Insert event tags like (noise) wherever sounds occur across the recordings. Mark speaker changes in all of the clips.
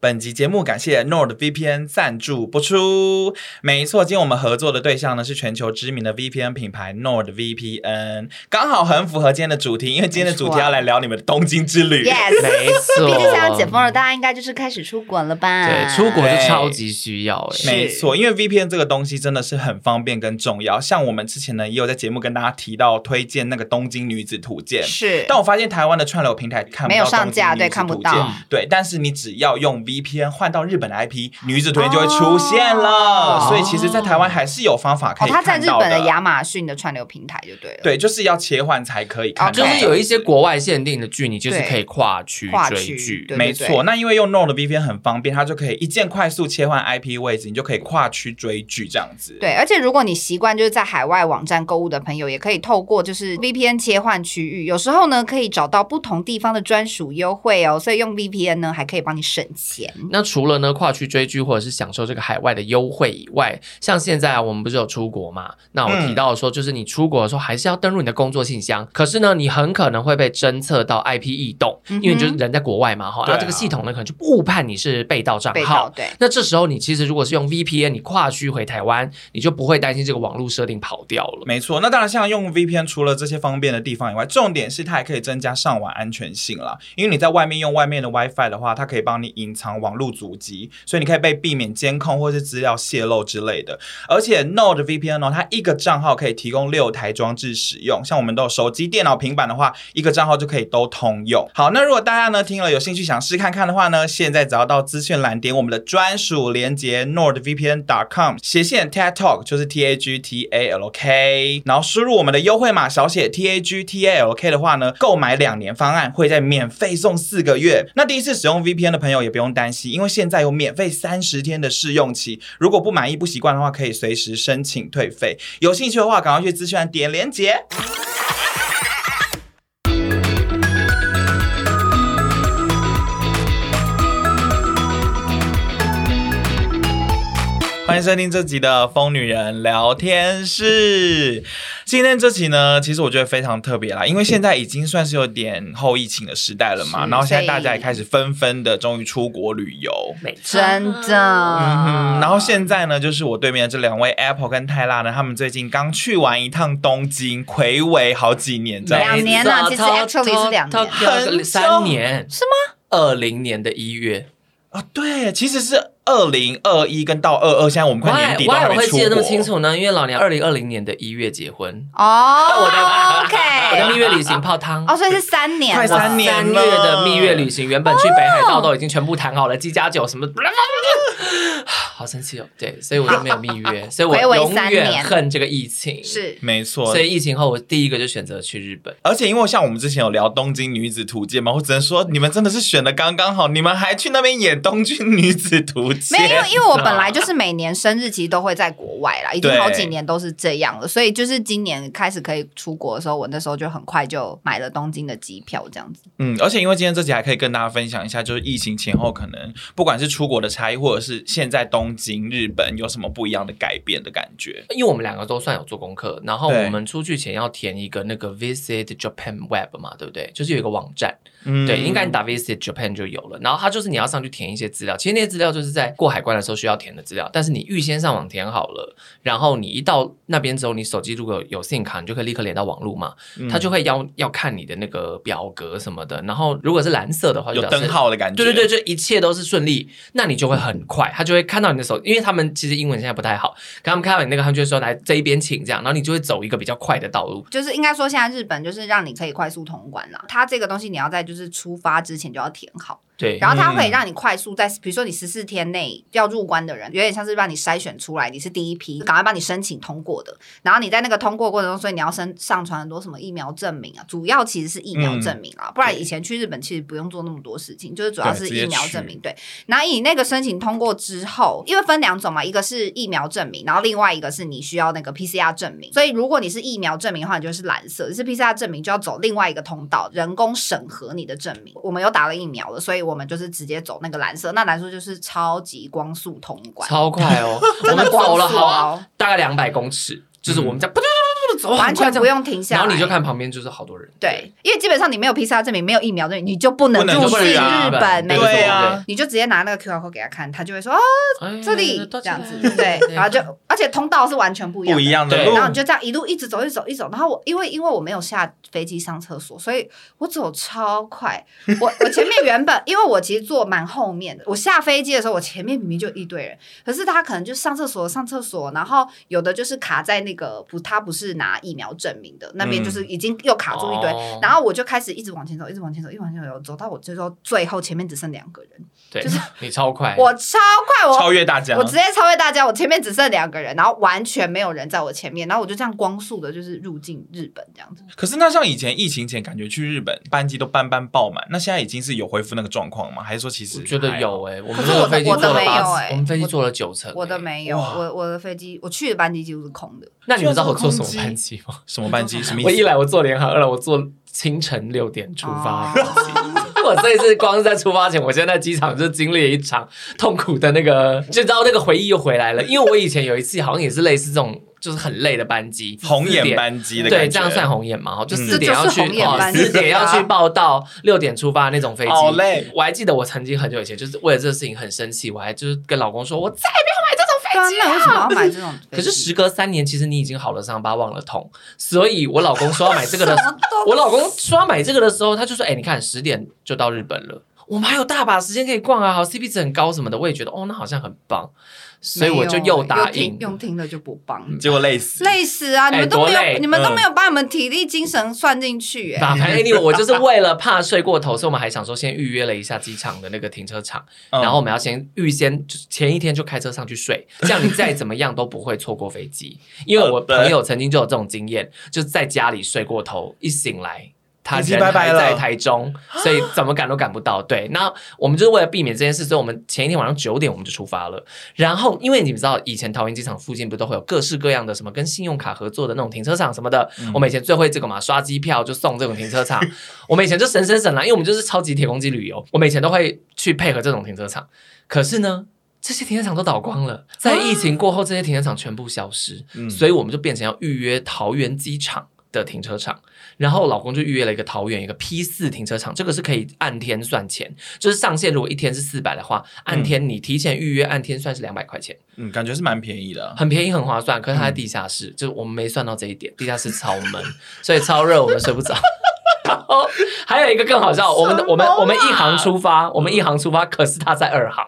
Speaker 1: 本集节目感谢 NordVPN 赞助播出。没错，今天我们合作的对象呢是全球知名的 VPN 品牌 NordVPN，刚好很符合今天的主题，因为今天的主题要来聊你们的东京之 (laughs) 旅。
Speaker 2: Yes，
Speaker 3: 没
Speaker 2: 毕
Speaker 3: 错，
Speaker 2: 竟现在解封了，大家应该就是开始出国了吧？
Speaker 3: 对，出国就超级需要哎、
Speaker 2: 是
Speaker 3: 欸。
Speaker 1: 没错，因为 VPN 这个东西真的是很方便跟重要。像我们之前呢，也有在节目跟大家提到推荐那个《东京女子图鉴》，
Speaker 2: 是，
Speaker 1: 但我发现台湾的串流平台看不到
Speaker 2: 没有上架
Speaker 1: 东京女
Speaker 2: 对
Speaker 1: 子
Speaker 2: 看不
Speaker 1: 图鉴
Speaker 2: 到。
Speaker 1: 对，但是你只要用 VPN 换到日本的 IP，女子图鉴就会出现了。
Speaker 2: 啊哦
Speaker 1: 所以其实，在台湾还是有方法可
Speaker 2: 哦，
Speaker 1: 以
Speaker 2: 他在
Speaker 1: 看
Speaker 2: 日
Speaker 1: 到
Speaker 2: 本
Speaker 1: 的。
Speaker 2: 的亚马逊的串流平台就对了。
Speaker 1: 对，就是要切换才可以看到。
Speaker 3: 哦就是有一些国外限定的剧，你就是可以跨区
Speaker 2: 啊跨区
Speaker 3: 追剧
Speaker 2: 对。
Speaker 1: 没错，那因为用 Node VPN 很方便，它就可以一键快速切换 IP 位置，你就可以跨区追剧这样子。
Speaker 2: 对，而且如果你习惯就是在海外网站购物的朋友，也可以透过就是 VPN 切换区域，有时候呢可以找到不同地方的专属优惠哦，所以用 VPN 呢还可以帮你省钱。
Speaker 3: 那除了呢跨区追剧或者是享受这个海外的优惠以外，像现在啊，我们不是有出国嘛？那我提到说，就是你出国的时候还是要登录你的工作信箱，可是呢，你很可能会被侦测到 IP 异动，
Speaker 2: 嗯
Speaker 3: 因为你就是人在国外嘛哈。
Speaker 1: 对啊
Speaker 3: 那这个系统呢，可能就误判你是被盗账
Speaker 2: 被盗
Speaker 3: 号。
Speaker 2: 对，
Speaker 3: 那这时候你其实如果是用 VPN，你跨区回台湾，你就不会担心这个网络设定跑掉了。
Speaker 1: 没错，那当然，像用 VPN 除了这些方便的地方以外，重点是它还可以增加上网安全性啦。因为你在外面用外面的 WiFi 的话，它可以帮你隐藏网络足迹，所以你可以被避免监控或是资料泄露之类的。而且 Node VPN 呢、哦它一个账号可以提供六台装置使用，像我们都有手机、电脑、平板的话，一个账号就可以都通用。好，那如果大家呢听了有兴趣想试看看的话呢，现在只要到资讯栏点我们的专属连接 nordvpn.com 斜线 TED Talk，就是 T A G T A L K，然后输入我们的优惠码小写 T A G T A L K 的话呢，购买两年方案会再免费送四个月。那第一次使用 VPN 的朋友也不用担心，因为现在有免费三十天的试用期，如果不满意不习惯的话，可以随时申请退费。有兴趣的话，赶快去资讯栏点连接。欢迎收听这集的《疯女人聊天室》。今天这集呢，其实我觉得非常特别啦，因为现在已经算是有点后疫情的时代了嘛，
Speaker 2: 是
Speaker 1: 然后现在
Speaker 2: 所以
Speaker 1: 大家也开始纷纷的终于出国旅游。
Speaker 3: 没错
Speaker 2: 真的。
Speaker 1: 嗯，然后现在呢，就是我对面的这两位 Apple 跟泰拉呢，他们最近刚去完一趟东京，暌违好几年这样
Speaker 2: 两
Speaker 1: 子。
Speaker 2: 年啊其实 actually 是两年
Speaker 1: 很久
Speaker 3: 三年是吗？二零年的一月，
Speaker 1: 啊，对，其实是二零二一跟到二二，现在我们快年底都
Speaker 3: 我
Speaker 1: 还没
Speaker 3: 会
Speaker 1: 出
Speaker 3: 记得那么清
Speaker 1: 国。
Speaker 3: 楚呢？因为老娘二零二零年的一月结婚，
Speaker 2: 哦、o
Speaker 1: 哎
Speaker 3: 我的蜜
Speaker 2: k
Speaker 3: 月旅行泡汤。
Speaker 2: 哦，所以是三年
Speaker 1: 快
Speaker 2: 了，
Speaker 1: 三年
Speaker 3: 三月的蜜月旅行，原本去北海道都已经全部谈好了，机加酒什么， (laughs) 好生气哦。对，所以我就没有蜜月，所以我
Speaker 2: 回味
Speaker 3: 永
Speaker 2: 三
Speaker 3: 远
Speaker 2: 年
Speaker 3: 恨这个疫情。，
Speaker 2: 是
Speaker 1: 没错
Speaker 3: 所，以疫情后我第一个就选择去日本。
Speaker 1: 而且因为像我们之前有聊《东京女子图鉴》嘛，我只能说你们真的是选的刚刚好，你们还去那边演《东京女子图鉴
Speaker 2: 没有，因》为因为我本来就是每年生日其实都会在国外啦，已经
Speaker 1: 对
Speaker 2: 好几年都是这样了，所以就是今年开始可以出国的时候，我那时候就很快就买了东京的机票，这样子。
Speaker 1: 嗯，而且因为今天这集还可以跟大家分享一下，就是疫情前后可能不管是出国的差异，或者是现在东京、日本有什么不一样的改变的感觉。
Speaker 3: 因为我们两个都算有做功课，然后
Speaker 1: 对
Speaker 3: 我们出去前要填一个那个 Visit Japan Web 嘛，对不对？就是有一个网站，
Speaker 1: 嗯
Speaker 3: 对，应该你打 Visit Japan 就有了。然后它就是你要上去填一些资料，其实那些资料就是在过海关的时候需要填的资料，但是你预先上网填好了，然后你一到那边之后，你手机如果有有 SIM 卡，你就可以立刻连到网络嘛，
Speaker 1: 嗯
Speaker 3: 它就会要要看你的那个表格什么的。然后如果是蓝色的话，就
Speaker 1: 有
Speaker 3: 表示
Speaker 1: 灯号的感觉。
Speaker 3: 对对对，就一切都是顺利，那你就会很快，他就会看到你的手，因为他们其实英文现在不太好，可他们看到你那个，他们就会说来这一边请这样，然后你就会走一个比较快的道路。
Speaker 2: 就是应该说，现在日本就是让你可以快速通关啦。它这个东西你要在就是出发之前就要填好，
Speaker 3: 对，
Speaker 2: 然后它
Speaker 1: 嗯
Speaker 2: 会让你快速在，比如说你十四天内要入关的人，有点像是让你筛选出来你是第一批，赶快帮你申请通过的。然后你在那个通过过程中，所以你要申上传很多什么疫苗证明啊，主要其实是疫苗证明啊，不然以前去日本其实不用做那么多事情，就是主要是疫苗证明。对，然后以那个申请通过之后，因为分两种嘛，一个是疫苗证明，然后另外一个是你需要那个 PCR 证明。所以如果你是疫苗证明的话，你就是蓝色；是 PCR 证明就要走另外一个通道，人工审核你的证明。我们有打了疫苗了，所以我们就是直接走那个蓝色。那蓝色就是超级光速通关，
Speaker 3: 超快哦，
Speaker 2: (laughs)
Speaker 3: 我
Speaker 2: 真的
Speaker 3: 们走了
Speaker 2: 光速
Speaker 3: 好
Speaker 2: 哦
Speaker 3: 大概两百公尺，就是我们在。噗噗噗噗噗走很快
Speaker 2: 完全
Speaker 3: 这样
Speaker 2: 不用停下来，
Speaker 3: 然后你就看旁边就是好多人，
Speaker 2: 对，因为基本上你没有 PCR 证明，没有疫苗证明，你就不能
Speaker 1: 不能
Speaker 2: 入
Speaker 1: 入
Speaker 2: 境
Speaker 1: 去啊
Speaker 2: 日本，没
Speaker 1: 对
Speaker 2: 错。
Speaker 1: 对啊
Speaker 2: 你就直接拿那个 QR code 给他看，他就会说哦
Speaker 3: 哎
Speaker 2: 这里
Speaker 3: 到
Speaker 2: 这样子，
Speaker 3: 了
Speaker 2: 对，然后就而且通道是完全不一样
Speaker 1: 不
Speaker 2: 的
Speaker 1: 一样的
Speaker 3: 对
Speaker 1: 路
Speaker 2: 然，后你就这样一路一直走，一直走，一直走。然后我因为因为我没有下飞机上厕所，所以我走超快。我我前面原本因为我其实坐蛮后面的，我下飞机的时候，我前面明明就一堆人，可是他可能就上厕所上厕所，然后有的就是卡在那个不，他不是拿疫苗证明的那边，
Speaker 1: 嗯
Speaker 2: 就是已经又卡住一堆。
Speaker 3: 哦
Speaker 2: 然后我就开始一直往前走，一直往前走，一直往前走，走到我最后最后前面只剩两个人，
Speaker 3: 对，
Speaker 2: 就是
Speaker 3: 你超快，
Speaker 2: 我超快，我
Speaker 1: 超越大家
Speaker 3: 啊
Speaker 2: 我。直接超越大家，我前面只剩两个人，然后完全没有人在我前面，然后我就这样光速的，就是入境日本这样子。
Speaker 1: 可是那像以前疫情前，感觉去日本班机都班班爆满，那现在已经是有恢复那个状况吗？还是说其实
Speaker 3: 我觉得有
Speaker 1: 哎、
Speaker 3: 哎、我
Speaker 2: 可
Speaker 3: 们
Speaker 2: 是
Speaker 3: 那
Speaker 2: 我的
Speaker 3: 个飞机
Speaker 2: 我
Speaker 3: 坐
Speaker 2: 的
Speaker 3: 了
Speaker 2: 没有
Speaker 3: 八，
Speaker 2: 哎
Speaker 3: 我们飞机
Speaker 2: 我
Speaker 3: 坐了九成、
Speaker 2: 我的
Speaker 3: 哎。
Speaker 2: 没有，
Speaker 1: 哇
Speaker 2: 我我的飞机，我去的班机几乎是空的。哦
Speaker 3: 那你们知道我坐什么班机吗？
Speaker 1: 什么班机？什么意
Speaker 3: 我一
Speaker 1: 思？
Speaker 3: 来我坐联航，二来我坐清晨六点出
Speaker 2: 啊 (laughs)
Speaker 3: 发的班机。 (laughs) 我这一次光是在出发前，我现在在机场就经历了一场痛苦的那个，就知道那个回忆又回来了。因为我以前有一次好像也是类似这种，就是很累的班机，
Speaker 1: 红
Speaker 3: 四
Speaker 1: 眼
Speaker 3: 点
Speaker 1: 班机的感觉，
Speaker 3: 对，这样算红眼嘛？哦就
Speaker 1: 嗯
Speaker 3: 四点要
Speaker 2: 这
Speaker 3: 去
Speaker 2: 就是红眼
Speaker 3: 哦
Speaker 2: 班机
Speaker 3: 四点要去报到，六点出发那种飞机，
Speaker 1: 好累。
Speaker 3: 我还记得我曾经很久以前就是为了这个事情很生气，我还就是跟老公说，我再
Speaker 2: 对啊，那为什么要买这种飞机？
Speaker 3: 可是时隔三年，其实你已经好了伤疤忘了痛，所以我老公说要买这个的，我老公说要买这个的时候，他就说：“哎、你看十点就到日本了，我们还有大把时间可以逛啊，好 CP 值很高什么的。”我也觉得哦，那好像很棒，所以我就
Speaker 2: 没有啊
Speaker 3: 答
Speaker 2: 听
Speaker 3: 应。
Speaker 2: 用听的就不棒，
Speaker 1: 结果累死。
Speaker 2: 累死啊！你们都没
Speaker 3: 嗯哎多累嗯
Speaker 2: 有，你们都
Speaker 1: 嗯
Speaker 2: 没有把你们体力精神算进去，哎，
Speaker 3: 打牌 anyway，我就是为了怕睡过头，所以我们还想说先预约了一下机场的那个停车场，
Speaker 1: 嗯
Speaker 3: 然后我们要先预先就是前一天就开车上去
Speaker 1: (laughs)
Speaker 3: 睡，这样你再怎么样都不会错过飞机。因
Speaker 1: 呃
Speaker 3: 为我朋友曾经就有这种经验，就是在家里睡过头，一醒来。他
Speaker 1: 已经
Speaker 3: 人
Speaker 1: 拜拜
Speaker 3: 还在
Speaker 1: 了 (gasps)
Speaker 3: 台中，所以怎么赶都赶不到。对，那我们就是为了避免这件事，所以我们前一天晚上九点我们就出发了。然后，因为你们知道，以前桃园机场附近不都会有各式各样的什么跟信用卡合作的那种停车场什么的。
Speaker 1: 嗯
Speaker 3: 我们以前最会这个嘛，刷机票就送这种停车场。我们以前就省省省啦，因为我们就是超级铁公鸡旅游，我们以前都会去配合这种停车场。可是呢，这些停车场都倒光了，在疫情过后，这些停车场全部消失，
Speaker 1: 嗯
Speaker 3: 所以我们就变成要预约桃园机场。的停车场，然后老公就预约了一个桃园一个 P 四停车场，这个是可以按天算钱，就是上限如果一天是四百的话，按天你提前预约按天算是两百块钱，
Speaker 1: 嗯，感觉是蛮便宜的。
Speaker 3: 很便宜很划算。可是它
Speaker 1: 嗯
Speaker 3: 在地下室，就是我们没算到这一点，地下室超闷， (laughs) 所以超热，我们睡不着。 (laughs) 然后还有一个更好笑，我们我们
Speaker 1: 啊
Speaker 3: 我们一行出发，
Speaker 1: 嗯
Speaker 3: 我们一行出发，可是他在二行，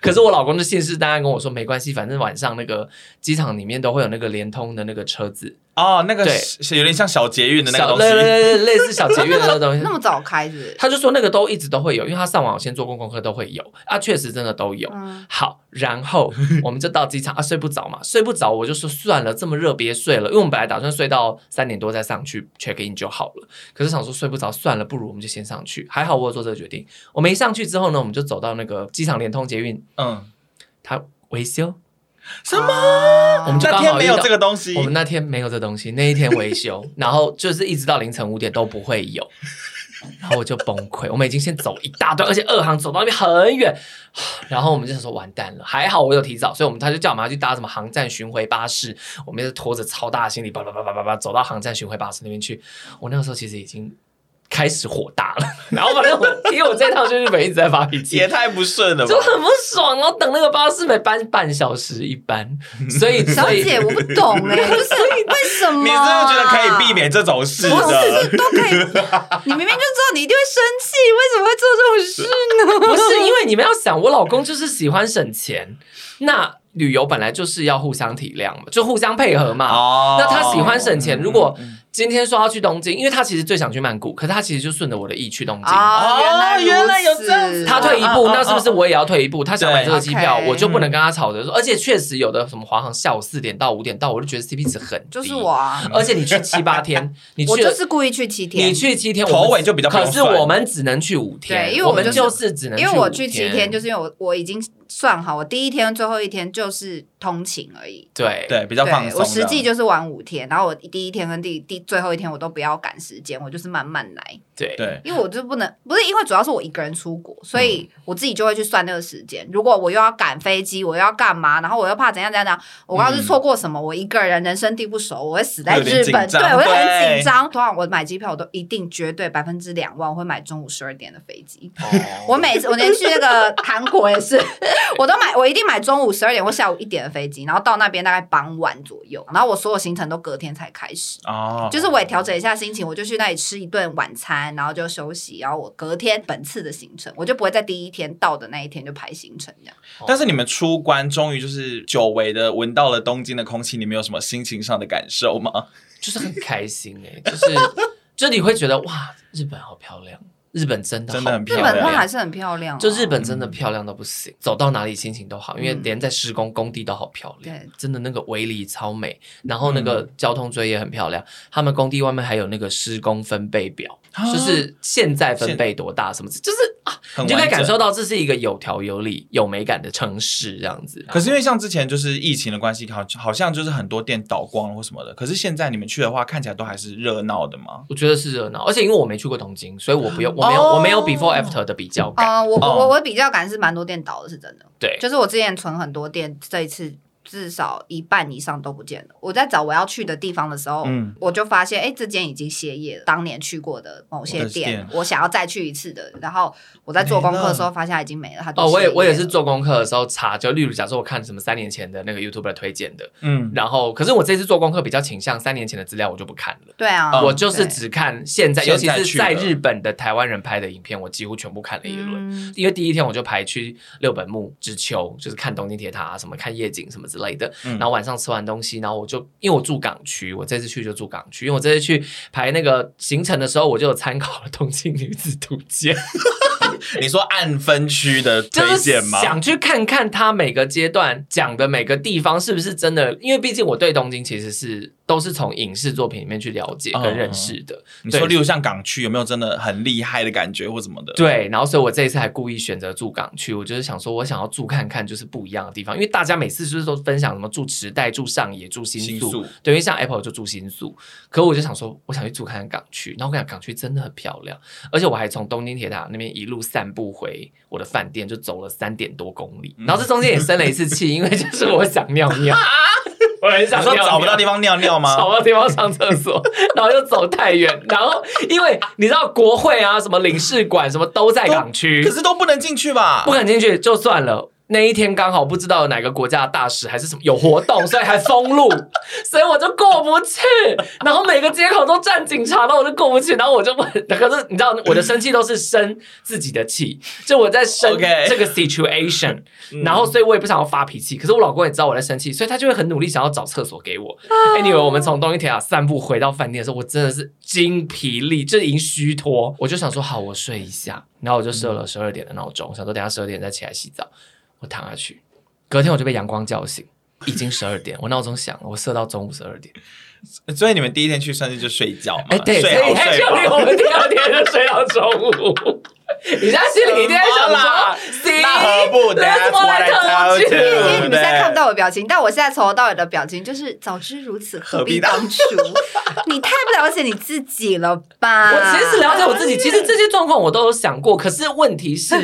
Speaker 3: 可是我老公就信誓旦旦跟我说没关系，反正晚上那个机场里面都会有那个联通的那个车子，
Speaker 1: 哦，那个
Speaker 3: 对
Speaker 1: 是有点像小捷运的那个
Speaker 3: 小
Speaker 1: 东
Speaker 3: 类类
Speaker 1: 西，
Speaker 3: 类类似小捷运的那个东西
Speaker 1: (laughs)
Speaker 2: 那，么早开是不是？
Speaker 3: 他就说那个都一直都会有，因为他上网有先做过功课都会有啊，确实真的都有。
Speaker 2: 嗯
Speaker 3: 好，然后我们就到机场 (laughs) 啊，睡不着嘛，睡不着我就说算了，这么热别睡了，因为我们本来打算睡到三点多再上去 check in 就好了，可是想说睡不着算了，不如我们就先上去。还好我有做这个决定，我们一上去之后呢，我们就走到那个机场联通捷运，
Speaker 1: 嗯，
Speaker 3: 它维修，
Speaker 1: 什么？
Speaker 2: 啊
Speaker 3: 我们就
Speaker 1: 那
Speaker 3: 刚
Speaker 1: 天
Speaker 3: 好
Speaker 1: 没
Speaker 3: 遇
Speaker 1: 有
Speaker 3: 到
Speaker 1: 这个东西
Speaker 3: 我，们那天没有这东西，那一天维
Speaker 2: (laughs)
Speaker 3: 修，然后就是一直到凌晨五点都不会有，然后我就崩溃。我们已经先走一大段，而且二航走到那边很远，然后我们就想说完蛋了，还好我有提早，所以我们他就叫我们要去搭什么航站巡回巴士，我们就拖着超大的行李，叭叭叭叭叭叭走到航站巡回巴士那边去。我那个时候其实已经。开始火大了，然后反正我，因为我这趟去日本一直在发脾气，
Speaker 1: 也太不顺了吧
Speaker 3: 就？很不爽，然后等那个巴士每班半小时一班，所以
Speaker 2: (laughs) 小
Speaker 3: (laughs) 所以
Speaker 2: 姐，我不懂哎，就是为什么啊？
Speaker 1: 你真的觉得可以避免这种事的？
Speaker 2: 都可以，你明明就知道你一定会生气，为什么会做这种事 (laughs) 呢？
Speaker 3: 不是 (laughs) 因为你们要想，我老公就是喜欢省钱，那旅游本来就是要互相体谅嘛，就互相配合嘛。
Speaker 1: 哦
Speaker 3: 那他喜欢省钱，
Speaker 1: 嗯
Speaker 3: 如果今天说要去东京，因为他其实最想去曼谷，可是他其实就顺着我的意去东京。
Speaker 2: 啊
Speaker 1: 哦原来有
Speaker 2: 如此
Speaker 1: 这样子
Speaker 3: 他退一
Speaker 2: 啊
Speaker 3: 步，
Speaker 1: 哦哦哦
Speaker 3: 那是不是我也要退一步？他想买这个机票，
Speaker 2: 对
Speaker 3: 我就不能跟他吵着说。而且确实有的什么华航下午四点到五点到，我就觉得 CP 值很低。
Speaker 2: 就是我，啊，
Speaker 3: 而且你去七八
Speaker 2: (laughs)
Speaker 3: 天，你去
Speaker 2: 我
Speaker 3: 了
Speaker 2: 就是故意去七天，
Speaker 3: 你去七天，
Speaker 1: 头
Speaker 3: 我们
Speaker 1: 尾就比较不用
Speaker 3: 可是
Speaker 1: 算
Speaker 3: 我们只能去五天，
Speaker 2: 对因为
Speaker 3: 我
Speaker 2: 我
Speaker 3: 们
Speaker 2: 就是
Speaker 3: 就是只能
Speaker 2: 因为
Speaker 3: 五
Speaker 2: 我去七天，
Speaker 3: 天
Speaker 2: 就是因为我我已经算好，我第一天、最后一天就是通勤而已。
Speaker 3: 对
Speaker 1: 对比较
Speaker 2: 对
Speaker 1: 放松的。
Speaker 2: 我实际就是玩五天，然后我第一天跟第第第最后一天我都不要赶时间，我就是慢慢来，
Speaker 3: 对
Speaker 1: 对，
Speaker 2: 因为我就不能不是因为主要是我一个人出国，所以
Speaker 1: 嗯
Speaker 2: 我自己就会去算那个时间。如果我又要赶飞机，我又要干嘛，然后我又怕怎样怎样怎样，我要是错过什么，我一个人人生地不熟，我会死在
Speaker 1: 嗯会有点
Speaker 2: 日本，
Speaker 1: 紧
Speaker 2: 对
Speaker 1: 张
Speaker 2: 我会很
Speaker 1: 对
Speaker 2: 紧张。通常我买机票我都一定绝对百分之两万，我会买中午十二点的飞机。
Speaker 1: 哦
Speaker 2: (laughs)
Speaker 3: 哦
Speaker 2: 我每次我连去那个韩国也是， (laughs) 我都买，我一定买中午十二点或下午一点的飞机，然后到那边大概傍晚左右，然后我所有行程都隔天才开始。
Speaker 1: 哦，
Speaker 2: 就是我也调整一下心情，我就去那里吃一顿晚餐，然后就休息，然后我隔天本次的行程，我就不会在第一天到的那一天就排行程这样。
Speaker 1: 但是你们出关，终于就是久违的闻到了东京的空气，你们有什么心情上的感受吗？
Speaker 3: 就是很开心哎、就是就你会觉得哇，日本好漂亮，日本真的
Speaker 1: 真的很
Speaker 3: 好
Speaker 2: 日
Speaker 1: 漂
Speaker 2: 本
Speaker 1: 亮
Speaker 2: 它还是很漂亮啊、
Speaker 3: 就日本真的漂亮到不行，走到哪里心情都好，
Speaker 1: 嗯
Speaker 3: 因为连在施工工地都好漂亮，
Speaker 2: 对
Speaker 3: 真的那个围篱超美，然后那
Speaker 1: 嗯
Speaker 3: 个交通锥也很漂亮。他们工地外面还有那个施工分贝表，
Speaker 1: 啊
Speaker 3: (laughs) 就是现在分贝多大什么，就是啊，
Speaker 1: 很
Speaker 3: 你就可以
Speaker 1: 完整
Speaker 3: 感受到这是一个有条有理、有美感的城市这样子。
Speaker 1: 可是因为像之前就是疫情的关系，好好像就是很多店倒光了或什么的。可是现在你们去的话，看起来都还是热闹的嘛。
Speaker 3: 我觉得是热闹，而且因为我没去过东京，所以我不用，我没有，
Speaker 1: 哦
Speaker 3: 我没有 before after 的比较感。
Speaker 2: 呃，我我
Speaker 1: 哦
Speaker 2: 我
Speaker 3: 哎
Speaker 2: 我比较感是蛮多店倒的，是真的。
Speaker 3: 对，
Speaker 2: 就是我之前存很多店，这一次至少一半以上都不见了。我在找我要去的地方的时候，
Speaker 1: 嗯
Speaker 2: 我就发现，哎、这间已经歇业了。当年去过的某些
Speaker 1: 某些
Speaker 2: 店
Speaker 1: 店，
Speaker 2: 我想要再去一次的，然后我在做功课的时候发现它已经没了，它就
Speaker 3: 哦，我也
Speaker 2: 歇业
Speaker 3: 我也是
Speaker 2: 了
Speaker 3: 做功课的时候查，就例如假设我看什么三年前的那个 YouTuber 推荐的，
Speaker 1: 嗯，
Speaker 3: 然后，可是我这次做功课比较倾向三年前的资料，我就不看了。
Speaker 2: 对啊，
Speaker 3: 我就是
Speaker 2: 对
Speaker 3: 只看现在，
Speaker 1: 嗯现
Speaker 3: 尤其
Speaker 1: 在
Speaker 3: 是
Speaker 1: 去
Speaker 3: 在
Speaker 1: 了
Speaker 3: 日本的台湾人拍的影片，我几乎全部看了一轮。
Speaker 2: 嗯
Speaker 3: 因为第一天我就排去六本木之丘，就是看东京铁塔啊，什么看夜景什么之类的。
Speaker 1: 嗯
Speaker 3: 然后晚上吃完东西，然后我就因为我住港区，我这次去就住港区，因为我这次去排那个行程的时候，我就有参考了《东京女子图
Speaker 1: (laughs)
Speaker 3: 鉴》。
Speaker 1: (laughs) 你说按分区的
Speaker 3: 就
Speaker 1: 推
Speaker 3: 是
Speaker 1: 荐吗？
Speaker 3: 想去看看它每个阶段讲的每个地方是不是真的，因为毕竟我对东京其实是都是从影视作品里面去了
Speaker 1: 哦
Speaker 3: 解跟认识的。
Speaker 1: 你说，
Speaker 3: 对
Speaker 1: 例如像港区有没有真的很厉害的感觉或什么的？，
Speaker 3: 对，然后所以我这一次还故意选择住港区，我就是想说我想要住看看就是不一样的地方，因为大家每次就是都分享什么住池袋、住上野、住新
Speaker 1: 新
Speaker 3: 宿
Speaker 1: 宿，
Speaker 3: 对，因为像 Apple 就住新宿，可我就想说我想去住看看港区，然后我跟你讲港区真的很漂亮，而且我还从东京铁塔那边一路散步回我的饭店，就走了三点多公
Speaker 1: 嗯
Speaker 3: 里，然后这中间也生了一次气，因为就是我想尿尿，
Speaker 1: (laughs)
Speaker 3: 我很想
Speaker 1: 你说
Speaker 3: 尿尿，
Speaker 1: 找不到地方尿尿吗？
Speaker 3: (laughs) 找不到地方上厕
Speaker 1: (laughs)
Speaker 3: 所，然后又走太远，然后因为你知道国会啊、什么领事馆什么都在港区，
Speaker 1: 可是都不能进去
Speaker 3: (laughs)
Speaker 1: 吧？
Speaker 3: 不敢进去就算了。那一天刚好不知道哪个国家的大使还是什么有活动，所以还封路，所以我就过不去。然后每个街口都站警察，然后我就过不去。然后我就问，可是你知道我的生气都是生自己的气，就我在生
Speaker 1: OK
Speaker 3: 这个 situation，、然后所以我也不想要发脾气。可是我老公也知道我在生气，所以他就会很努力想要找厕所给我。anyway，我们从东京铁塔散步回到饭店的时候，我真的是精疲力，就已经虚脱。我就想说，好，我睡一下。然后我就设了十二点的闹钟，想说等一下十二点再起来洗澡。我躺下去，隔天我就被阳光叫醒，已经十二点，我闹钟响了，我设到中午十二点。
Speaker 1: 所以你们第一天去算是就睡觉嘛？
Speaker 3: 哎、对，所
Speaker 1: 睡
Speaker 3: 以
Speaker 1: 好
Speaker 3: 他
Speaker 1: 睡
Speaker 3: 就令
Speaker 1: 饱。
Speaker 3: 我们第二天就睡到中
Speaker 1: (laughs)
Speaker 3: 午。你现在心里一定在想
Speaker 1: 什么
Speaker 3: 说
Speaker 1: 啦
Speaker 3: ，“See？
Speaker 1: 那何不
Speaker 3: 那
Speaker 1: That's
Speaker 3: 怎么
Speaker 1: what
Speaker 3: 来
Speaker 1: I
Speaker 3: 特
Speaker 1: told
Speaker 3: 去？
Speaker 2: 因为
Speaker 1: you
Speaker 2: 你们现在看不到我的表情，但我现在从头到尾的表情就是早知如此，何必当初？你太不了解你自己了吧？
Speaker 3: 我其实了解我自己，其实这些状况我都有想过，可是问
Speaker 1: (laughs)
Speaker 3: 题是，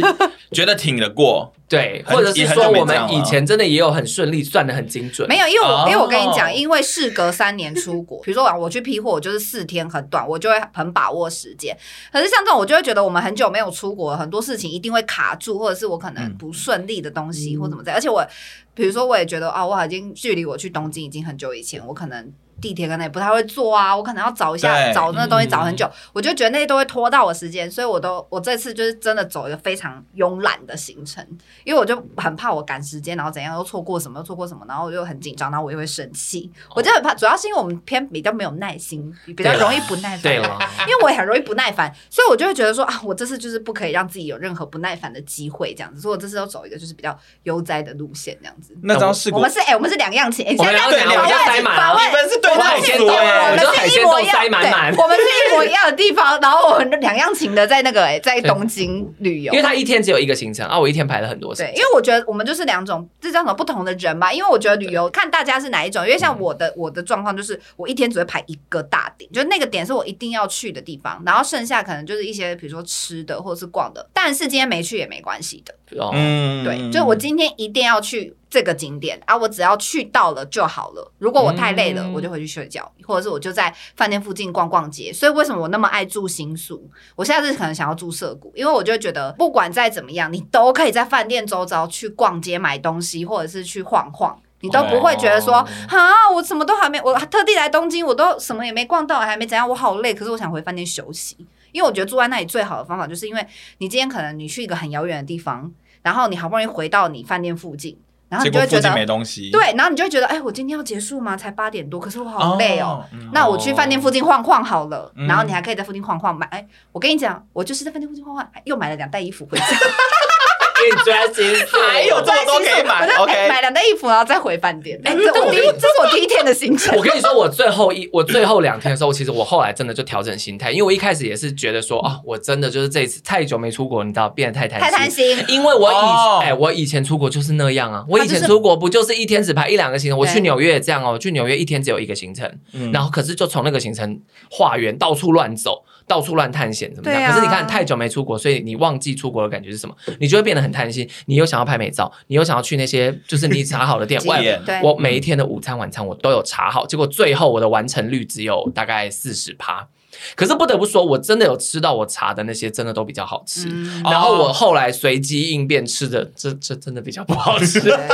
Speaker 1: 觉得挺得过，
Speaker 3: 对，
Speaker 1: 很
Speaker 3: 或者是
Speaker 1: 也很
Speaker 3: 说
Speaker 1: 久没
Speaker 3: 我
Speaker 1: 这样
Speaker 3: 们
Speaker 1: 了
Speaker 3: 以前真的也有很顺利，算的很精准。
Speaker 2: 没有，因为我、
Speaker 1: 哦
Speaker 2: 因为我跟你讲，因为事隔三年出国，比如说我去批货，我就是四天很短，我就会很把握时间。可是像这种，我就会觉得我们很久没有出国，很多事情一定会卡住，或者是我可能
Speaker 1: 嗯
Speaker 2: 不顺利的东西、或怎么在。而且我，比如说我也觉得啊，我已经距离我去东京已经很久以前，我可能。地铁可能也不太会坐啊，我可能要找一下
Speaker 1: 对
Speaker 2: 找那东西
Speaker 3: 嗯
Speaker 2: 找很久，我就觉得那些都会拖到我时间，所以我都我这次就是真的走一个非常慵懒的行程。因为我就很怕我赶时间，然后怎样又错过什么，又错过什么，然后我就很紧张，然后我又会生气。我就很怕，主要是因为我们偏比较没有耐心，比较
Speaker 3: 对啦
Speaker 2: 容易不耐烦。
Speaker 3: 对了，
Speaker 2: 因为我也很容易不耐烦，所以我就会觉得说啊，我这次就是不可以让自己有任何不耐烦的机会，这样子。所以我这次要走一个就是比较悠哉的路线，这样子。
Speaker 1: 那张事
Speaker 2: 我
Speaker 1: 故
Speaker 2: 们是哎、我们是两样情，哎、
Speaker 3: 我们
Speaker 2: 现在
Speaker 3: 两
Speaker 2: 这样
Speaker 1: 样
Speaker 2: 子
Speaker 1: 情
Speaker 2: 访
Speaker 1: 我们
Speaker 2: 问访
Speaker 3: 要塞满啊
Speaker 2: 问
Speaker 1: 你们是对我
Speaker 3: 海鲜冻
Speaker 1: 哎
Speaker 2: 我
Speaker 3: 我
Speaker 2: 们
Speaker 3: 觉得
Speaker 2: 是
Speaker 3: 海
Speaker 2: 一
Speaker 3: 鲜
Speaker 2: 模
Speaker 3: 冻
Speaker 2: 一
Speaker 3: 塞
Speaker 2: 样，
Speaker 3: 满满
Speaker 2: 对，我们是一模一样的地方，然后我们两样情的在那个哎、在东京旅游
Speaker 3: 因为。他一天只有一个行程啊，我一天排了很多行
Speaker 2: 对，
Speaker 3: 程
Speaker 2: 因。为我觉得我们就是两种，这叫什么不同的人吧？因为我觉得旅游看大家是哪一种，因为像我的我的状况就是，我一天只会排一个大点，就是那个点是我一定要去的地方，然后剩下可能就是一些比如说吃的或者是逛的，但是今天没去也没关系的。
Speaker 3: 哦， (laughs)
Speaker 1: 嗯
Speaker 2: 对，就是我今天一定要去这个景点啊，我只要去到了就好了。如果我太累了，
Speaker 3: 嗯
Speaker 2: 我就回去睡觉，或者是我就在饭店附近逛逛街。所以为什么我那么爱住新宿？我下次可能想要住涩谷，因为我就觉得不管再怎么样，你都可以在饭店周遭去逛街买东西，或者是去晃晃。你都不会觉得说
Speaker 3: 哦
Speaker 2: 啊，我什么都还没，我特地来东京，我都什么也没逛到，还没怎样，我好累，可是我想回饭店休息。因为我觉得住在那里最好的方法，就是因为你今天可能你去一个很遥远的地方，然后你好不容易回到你饭店附近，然后
Speaker 1: 结
Speaker 2: 你就
Speaker 1: 果
Speaker 2: 会
Speaker 1: 附
Speaker 2: 觉
Speaker 1: 近
Speaker 2: 得
Speaker 1: 没东西，
Speaker 2: 对，然后你就会觉得，哎，我今天要结束吗？才八点多，可是我好累哦。
Speaker 1: 嗯
Speaker 2: 那我去饭店附近晃晃好了，
Speaker 1: 嗯
Speaker 2: 然后你还可以在附近晃晃买。哎，我跟你讲，我就是在饭店附近晃晃，哎又买了两袋衣服回家，
Speaker 3: 给你专心思，
Speaker 1: 还 (laughs) 有这么多可以买
Speaker 2: 我就哎
Speaker 1: ，OK，
Speaker 2: 买两袋衣服，然后再回饭店。哎，这
Speaker 3: 但
Speaker 2: 我
Speaker 3: 我
Speaker 2: 第一，这是我第一天的行程
Speaker 3: (laughs)
Speaker 1: (laughs)
Speaker 3: 我。跟你说，我最后一我最后两天的时候，其实我后来真的就调整心态，因为我一开始也是觉得说啊，我真的就是这一次太久没出国，你知道，变得太贪
Speaker 2: 太贪
Speaker 3: 心。
Speaker 2: 心，
Speaker 3: 因为我以
Speaker 1: 哦
Speaker 3: 哎、我以前出国就是那样啊，我以
Speaker 2: 啊
Speaker 3: 前
Speaker 2: 就是
Speaker 3: 出国不就是一天只排一两个行程？我
Speaker 2: 对
Speaker 3: 去纽约也这样哦，我去纽约一天只有一个行程，
Speaker 1: 嗯，
Speaker 3: 然后可是就从那个行程化缘，到处乱走，到处乱探险，怎么样？
Speaker 2: 对啊
Speaker 3: 可是你看太久没出国，所以你忘记出国的感觉是什么？你就会变得很贪心，你又想要拍美照，你又想要去那些就是你查好的店
Speaker 1: (laughs)
Speaker 3: 外
Speaker 1: 点
Speaker 2: 对，
Speaker 3: 我每一天的午餐、晚餐我都有查好，结果最后我的完成率只有大概四十趴。可是不得不说，我真的有吃到我查的那些，真的都比较好吃。
Speaker 2: 嗯
Speaker 3: 然后我后来随机应变吃的，这这真的比较不好吃。 (laughs)
Speaker 1: (laughs)
Speaker 2: 嗯 (laughs)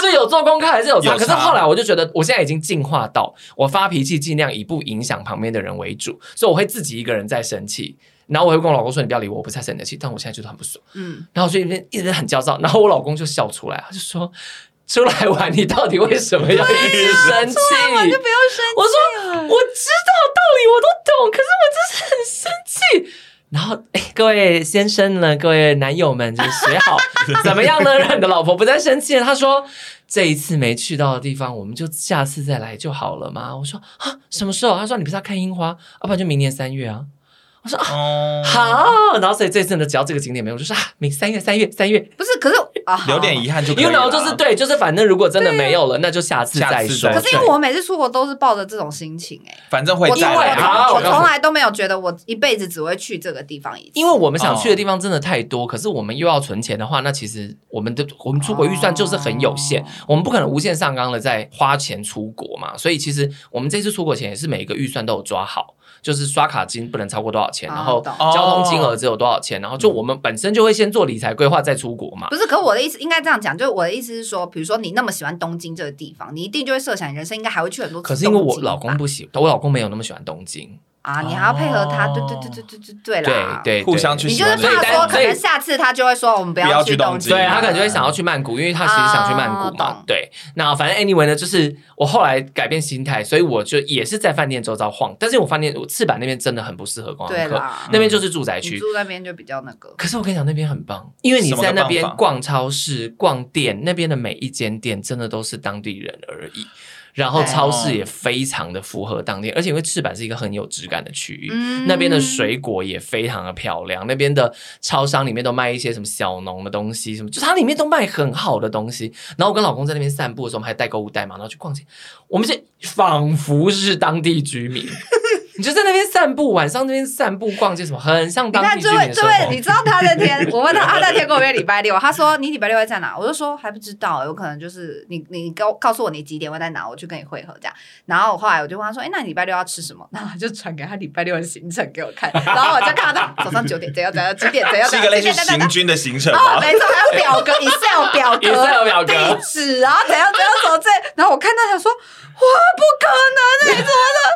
Speaker 3: 是有做功课还是有差？
Speaker 1: 有差
Speaker 3: 可是后来我就觉得，我现在已经进化到我发脾气尽量以不影响旁边的人为主，所以我会自己一个人在生气。然后我会跟我老公说：“你不要理我，我不是在生你的气。”但我现在觉得很不爽。
Speaker 2: 嗯，
Speaker 3: 然后所以一直很焦躁，然后我老公就笑出来，他就说：“出来玩，你到底为什么要一直生气？”
Speaker 2: 就不要生气。
Speaker 3: 我说：“我知道道理，我都懂，可是我就是很生气。”然后，哎，各位先生呢，各位男友们，就是学 (laughs) 好怎么样呢，让你的老婆不再生气呢？他说：“这一次没去到的地方，我们就下次再来就好了嘛。”我说：“啊，什么时候？”他说：“你不是要看樱花，要、不然就明年三月啊。”我说：“啊，
Speaker 1: 哦，
Speaker 3: 好，然后所以这次呢，只要这个景点没有，我就说啊，明三月三月三月，
Speaker 2: (laughs) 不是，可是啊，好
Speaker 1: 留点遗憾就可以
Speaker 3: 因为然后
Speaker 1: 了，
Speaker 3: 就是对，就是反正如果真的没有了，那就下次再说。
Speaker 1: 下
Speaker 2: 可
Speaker 1: 次再
Speaker 2: 是因为我每次出国都是抱着这种心情哎、
Speaker 1: 反正会
Speaker 2: 我从
Speaker 1: 再
Speaker 3: 因为
Speaker 1: 来
Speaker 3: 啊
Speaker 2: 我从
Speaker 3: 我
Speaker 2: 我
Speaker 3: 告诉
Speaker 2: 从
Speaker 3: 你
Speaker 2: 来都没有觉得我一辈子只会去这个地方一次，
Speaker 3: 因为我们想去的地方真的太多，可是我们又要存钱的话，那其实我们的我们出国预算就是很有限，
Speaker 2: 哦
Speaker 3: 我们不可能无限上纲的在花钱出国嘛。所以其实我们这次出国前也是每一个预算都有抓好，就是刷卡金不能超过多少钱，
Speaker 2: 哦
Speaker 3: 然后
Speaker 2: 懂
Speaker 3: 交通金额只有多少钱，然后就我们本身就会先做理财规划再出国嘛。
Speaker 2: 不是，可我的意思应该这样讲，就是我的意思是说，比如说你那么喜欢东京这个地方，你一定就会设想你人生应该还会去很多次
Speaker 3: 可
Speaker 2: 东
Speaker 3: 是
Speaker 2: 京啊
Speaker 3: 因
Speaker 2: 吧。
Speaker 3: 为我老公不喜，我老公没有那么喜欢东京，
Speaker 2: 啊，你还要配合他，对对
Speaker 1: 哦
Speaker 2: 对对对对对啊
Speaker 3: 对
Speaker 2: 啦，
Speaker 3: 对，
Speaker 1: 互
Speaker 3: 对
Speaker 1: 相去
Speaker 2: 你
Speaker 1: 喜
Speaker 2: 就
Speaker 1: 欢
Speaker 2: 是
Speaker 1: 的地
Speaker 3: 所以
Speaker 1: 方
Speaker 2: 怕说
Speaker 3: 但
Speaker 2: 可能下次他就会说我们不
Speaker 1: 不要
Speaker 2: 去
Speaker 1: 去东
Speaker 2: 东
Speaker 1: 京
Speaker 3: 对他可能
Speaker 1: 感
Speaker 3: 就
Speaker 1: 觉
Speaker 3: 会想要去曼谷，因为他其实想去曼谷嘛。
Speaker 2: 啊懂
Speaker 3: 对，那反正 anyway 呢，就是我后来改变心态，所以我就也是在饭店周遭晃，但是我饭店我赤坂那边真的很不适合观
Speaker 2: 对
Speaker 3: 光客，
Speaker 2: 啦，嗯
Speaker 3: 那边就是住宅
Speaker 2: 你
Speaker 3: 区。
Speaker 2: 住那边就比较那个，
Speaker 3: 可是我跟你讲，那边很棒，因为你
Speaker 1: 什么个
Speaker 3: 在那边
Speaker 1: 棒法
Speaker 3: 逛超市、逛店，那边的每一间店真的都是当地人而已。然后
Speaker 2: 哦
Speaker 3: 超市也非常的符合当地，而且因为赤坂是一个很有质感的区域，
Speaker 2: 嗯
Speaker 3: 那边的水果也非常的漂亮，那边的超商里面都卖一些什么小农的东西，什么就它里面都卖很好的东西。然后我跟老公在那边散步的时候，我们还带购物袋嘛，然后去逛街，我们是仿佛是当地居民，你就在那边散步，晚上那边散步逛街什么，很像
Speaker 2: 你
Speaker 3: 当
Speaker 2: 看
Speaker 3: 地居
Speaker 2: 这
Speaker 3: 民
Speaker 2: 位
Speaker 3: 的
Speaker 2: 这
Speaker 3: 生活。
Speaker 2: 位，你知道他那天我问他，他那天跟我约礼拜六，他说你礼拜六会在哪？我就说还不知道，有可能就是你你告告诉我你几点会在哪，我去跟你会合这样。然后我后来我就问他说，哎，那你礼拜六要吃什么？然后他就传给他礼拜六的行程给我看，然后我就看到他早上九点怎样怎样，几点怎样
Speaker 1: 是
Speaker 2: 怎
Speaker 1: 一
Speaker 2: 样，
Speaker 1: 个类
Speaker 2: 几
Speaker 1: 似
Speaker 2: 点怎
Speaker 1: 行
Speaker 2: 样。
Speaker 1: 军的行程啊
Speaker 2: 哦，
Speaker 1: 吧。
Speaker 2: 没错，还有表格，Excel 表格
Speaker 3: Excel 表格
Speaker 2: 地址，然后怎样怎样怎么这，然后我看到想说，哇，不可能哎、怎么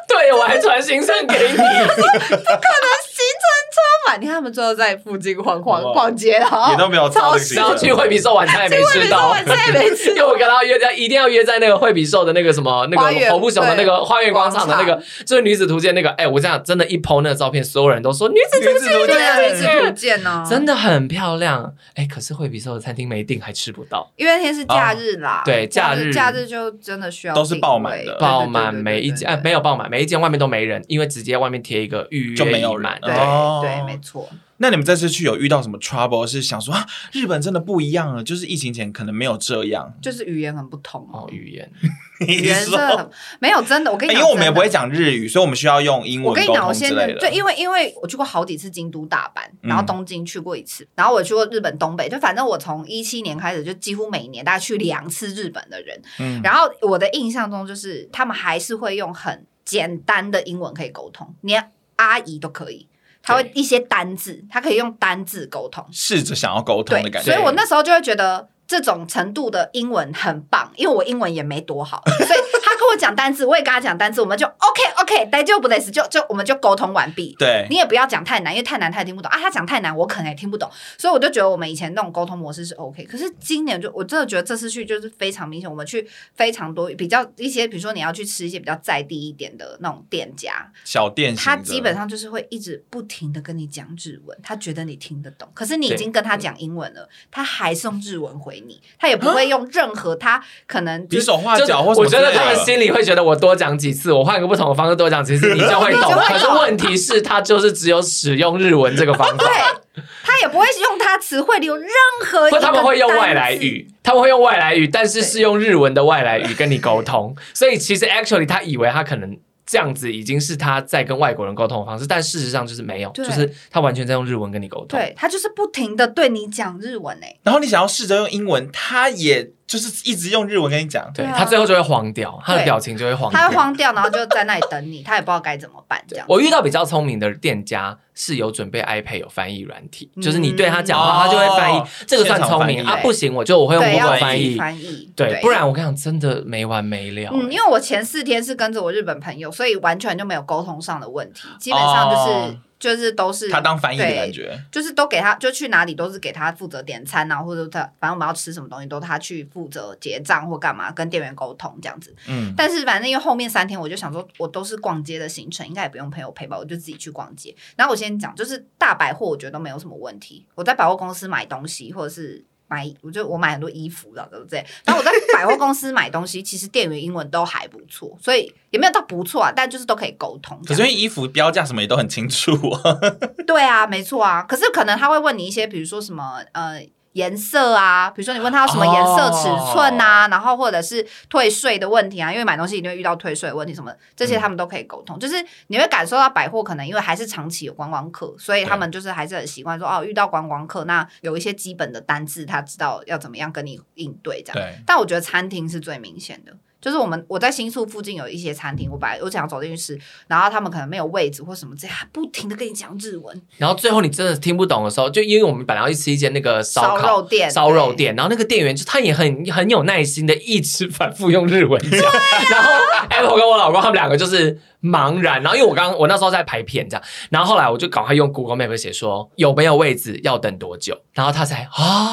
Speaker 3: 对我还传行程给
Speaker 2: 可
Speaker 3: 你，
Speaker 2: 能行车满，你看他们最后在附近晃晃
Speaker 1: 哇
Speaker 2: 逛街，然后
Speaker 1: 也都没有照
Speaker 2: 超
Speaker 1: 这个
Speaker 2: 时
Speaker 1: 行
Speaker 3: 然后
Speaker 1: 程
Speaker 3: 去惠比寿晚餐也没吃到，
Speaker 2: 去惠比寿晚餐也没吃到
Speaker 3: (laughs) 因
Speaker 1: (laughs)
Speaker 3: 为我跟他约在一定要约在那个惠比寿的那个
Speaker 2: (laughs)
Speaker 3: 什么那
Speaker 2: 花
Speaker 3: 个
Speaker 2: 园
Speaker 3: 红布熊的那个花园广场的那
Speaker 2: 广
Speaker 3: 个，就是女子图鉴那个，哎，我这样真的，一 PO 那个照片，所有人都说女子图
Speaker 1: 女子图
Speaker 3: 鉴，
Speaker 1: 鉴
Speaker 2: 女子图鉴呢？
Speaker 3: 真的很漂亮，哎，可是惠比寿的餐厅没订，还吃不到，
Speaker 2: 因为那天是假日
Speaker 1: 啊
Speaker 2: 啦，
Speaker 3: 对假日
Speaker 2: 假日就真的需要
Speaker 1: 都是爆满的
Speaker 2: 定位
Speaker 3: 爆满
Speaker 2: 对对对对
Speaker 3: 每一间，
Speaker 2: 对
Speaker 1: 啊
Speaker 3: 哎，没有爆满，每一间外面都没人，因为直接外面贴一个预约
Speaker 1: 就没有
Speaker 3: 已
Speaker 1: 人
Speaker 3: 满
Speaker 1: 了
Speaker 2: 对
Speaker 1: 哦
Speaker 2: 对，没错。
Speaker 1: 那你们这次去有遇到什么 trouble？是想说啊，日本真的不一样了，就是疫情前可能没有这样。
Speaker 2: 就是语言很不同
Speaker 3: 哦，语言
Speaker 1: (laughs) 你
Speaker 2: 语言真
Speaker 1: 说，
Speaker 2: 的很没有真的，我跟你
Speaker 1: 哎
Speaker 2: 讲，
Speaker 1: 因为我们也不会
Speaker 2: 真的。
Speaker 1: 讲日语，所以我们需要用英
Speaker 2: 我
Speaker 1: 文
Speaker 2: 跟你
Speaker 1: 沟
Speaker 2: 讲，我
Speaker 1: 通之
Speaker 2: 先
Speaker 1: 类
Speaker 2: 对，
Speaker 1: 的。
Speaker 2: 因为因为我去过好几次京都、大阪，
Speaker 1: 嗯
Speaker 2: 然后东京去过一次，然后我去过日本东北，就反正我从一七年开始就几乎每年大概去两次日本的人，
Speaker 1: 嗯，
Speaker 2: 然后我的印象中就是他们还是会用很简单的英文可以沟通，连阿姨都可以，他会
Speaker 3: 对
Speaker 2: 一些单字，他可以用单字沟通。
Speaker 1: 试着想要沟通
Speaker 2: 对
Speaker 1: 的，感
Speaker 2: 所
Speaker 1: 觉
Speaker 2: 以。我那时候就会觉得这种程度的英文很棒，因为我英文也没多好，所以他跟我讲单字，我也跟他讲单字，我们就 OK OK，待就不得死，就就我们就沟通完毕。
Speaker 1: 对，
Speaker 2: 你也不要讲太难，因为太难他也听不懂啊。他讲太难，我可能也听不懂，所以我就觉得我们以前那种沟通模式是 OK。可是今年就我真的觉得这次去就是非常明显，我们去非常多比较一些，比如说你要去吃一些比较在地一点的那种店家，
Speaker 1: 小店型
Speaker 2: 他
Speaker 1: 的
Speaker 2: 基本上就是会一直不停的跟你讲日文，他觉得你听得懂，可是你已经跟
Speaker 3: 嗯
Speaker 2: 他讲英文了，他还是用日文回你，他也不
Speaker 3: 啊
Speaker 2: 会用任何他可能
Speaker 1: 比
Speaker 2: 就是
Speaker 1: 手画
Speaker 3: 就
Speaker 1: 脚或什
Speaker 3: 我
Speaker 1: 么之
Speaker 3: 觉
Speaker 1: 类的。
Speaker 3: 得他们心里会觉得我多讲几次，我换个不同的方式多讲几次，你就会
Speaker 2: 你就 (laughs)
Speaker 3: 懂。
Speaker 2: 会
Speaker 3: 可是
Speaker 2: 懂
Speaker 3: 问题是，他就是只有使用日文这个方法。
Speaker 2: 对，他也不会用他词汇里有任何一
Speaker 3: 或
Speaker 2: 个
Speaker 3: 他们会用外来
Speaker 2: 单字
Speaker 3: 语，他们会用外来语，但是
Speaker 2: 对
Speaker 3: 是用日文的外来语跟你沟通， (laughs) 所以其实 actually 他以为他可能这样子已经是他在跟外国人沟通的方式，但事实上就是没有，
Speaker 2: 对
Speaker 3: 就是他完全在用日文跟你沟通。
Speaker 2: 对他就是不停的对你讲日文欸诶、
Speaker 1: 然后你想要试着用英文，他也就是一直用日文跟你讲。
Speaker 3: 对
Speaker 2: 对啊
Speaker 3: 他最后就会慌掉，他的表情就会慌
Speaker 2: 他会
Speaker 3: 掉。
Speaker 2: 慌掉，然后就在那里等你，他也不知道该怎么办这样。
Speaker 3: 我遇到比较聪明的店家是有准备 iPad 有翻译软体，就是你对他讲
Speaker 1: 嗯
Speaker 3: 话，他就会翻译
Speaker 1: 哦，
Speaker 3: 这个算聪明
Speaker 1: 现场
Speaker 3: 啊
Speaker 1: 翻。译
Speaker 3: 不行，我就我会用
Speaker 2: 对，要
Speaker 3: Google
Speaker 2: 自
Speaker 3: 翻
Speaker 2: 己
Speaker 3: 译，
Speaker 2: 翻译，
Speaker 3: 对，不然我跟你讲，真的没完没了。
Speaker 2: 嗯，因为我前四天是跟着我日本朋友，所以完全就没有沟通上的问题，基本上就是、
Speaker 1: 哦
Speaker 2: 就是都是
Speaker 1: 他当翻译的
Speaker 2: 对
Speaker 1: 感觉，
Speaker 2: 就是都给他，就去哪里都是给他负责点餐啊，或者他反正我们要吃什么东西都他去负责结账或干嘛，跟店员沟通这样子。
Speaker 1: 嗯，
Speaker 2: 但是反正因为后面三天我就想说，我都是逛街的行程，应该也不用朋友陪吧，我就自己去逛街。然后我先讲，就是大百货我觉得都没有什么问题，我在百货公司买东西或者是。买，我就我买很多衣服了，对不对？然后我在百货公司买东西，其实店员英文都还不错，所以也没有到不错啊，但就是都可以沟通这
Speaker 1: 可
Speaker 2: 样。
Speaker 1: 是因为衣服标价什么也都很清楚啊。
Speaker 2: 对啊，没错啊。可是可能他会问你一些，比如说什么呃颜色啊，比如说你问他有什么颜色、尺寸啊，然后或者是退税的问题啊，因为买东西一定会遇到退税的问题什么的，这些他们都可以沟通。就是你会感受到百货可能因为还是长期有观光客，所以他们就是还是很习惯说哦，遇到观光客，那有一些基本的单字他知道要怎么样跟你应对这样。
Speaker 1: 对，
Speaker 2: 但我觉得餐厅是最明显的，就是我们我在新宿附近有一些餐厅，我本来我想要走进去吃，然后他们可能没有位置或什么这样，他不停的跟你讲日文，
Speaker 3: 然后最后你真的听不懂的时候，就因为我们本来要去吃一间那个烧
Speaker 2: 烧
Speaker 3: 烤
Speaker 2: 肉店，
Speaker 3: 烧肉
Speaker 2: 对。
Speaker 3: 店，然后那个店员就他也很很有耐心的一直反复用日文
Speaker 2: 啊
Speaker 3: 讲，然后 Apple 跟我老公他们两个就是茫然，然后因为我刚我那时候在排片这样，然后后来我就赶快用 Google Map 写说有没有位置，要等多久，然后他才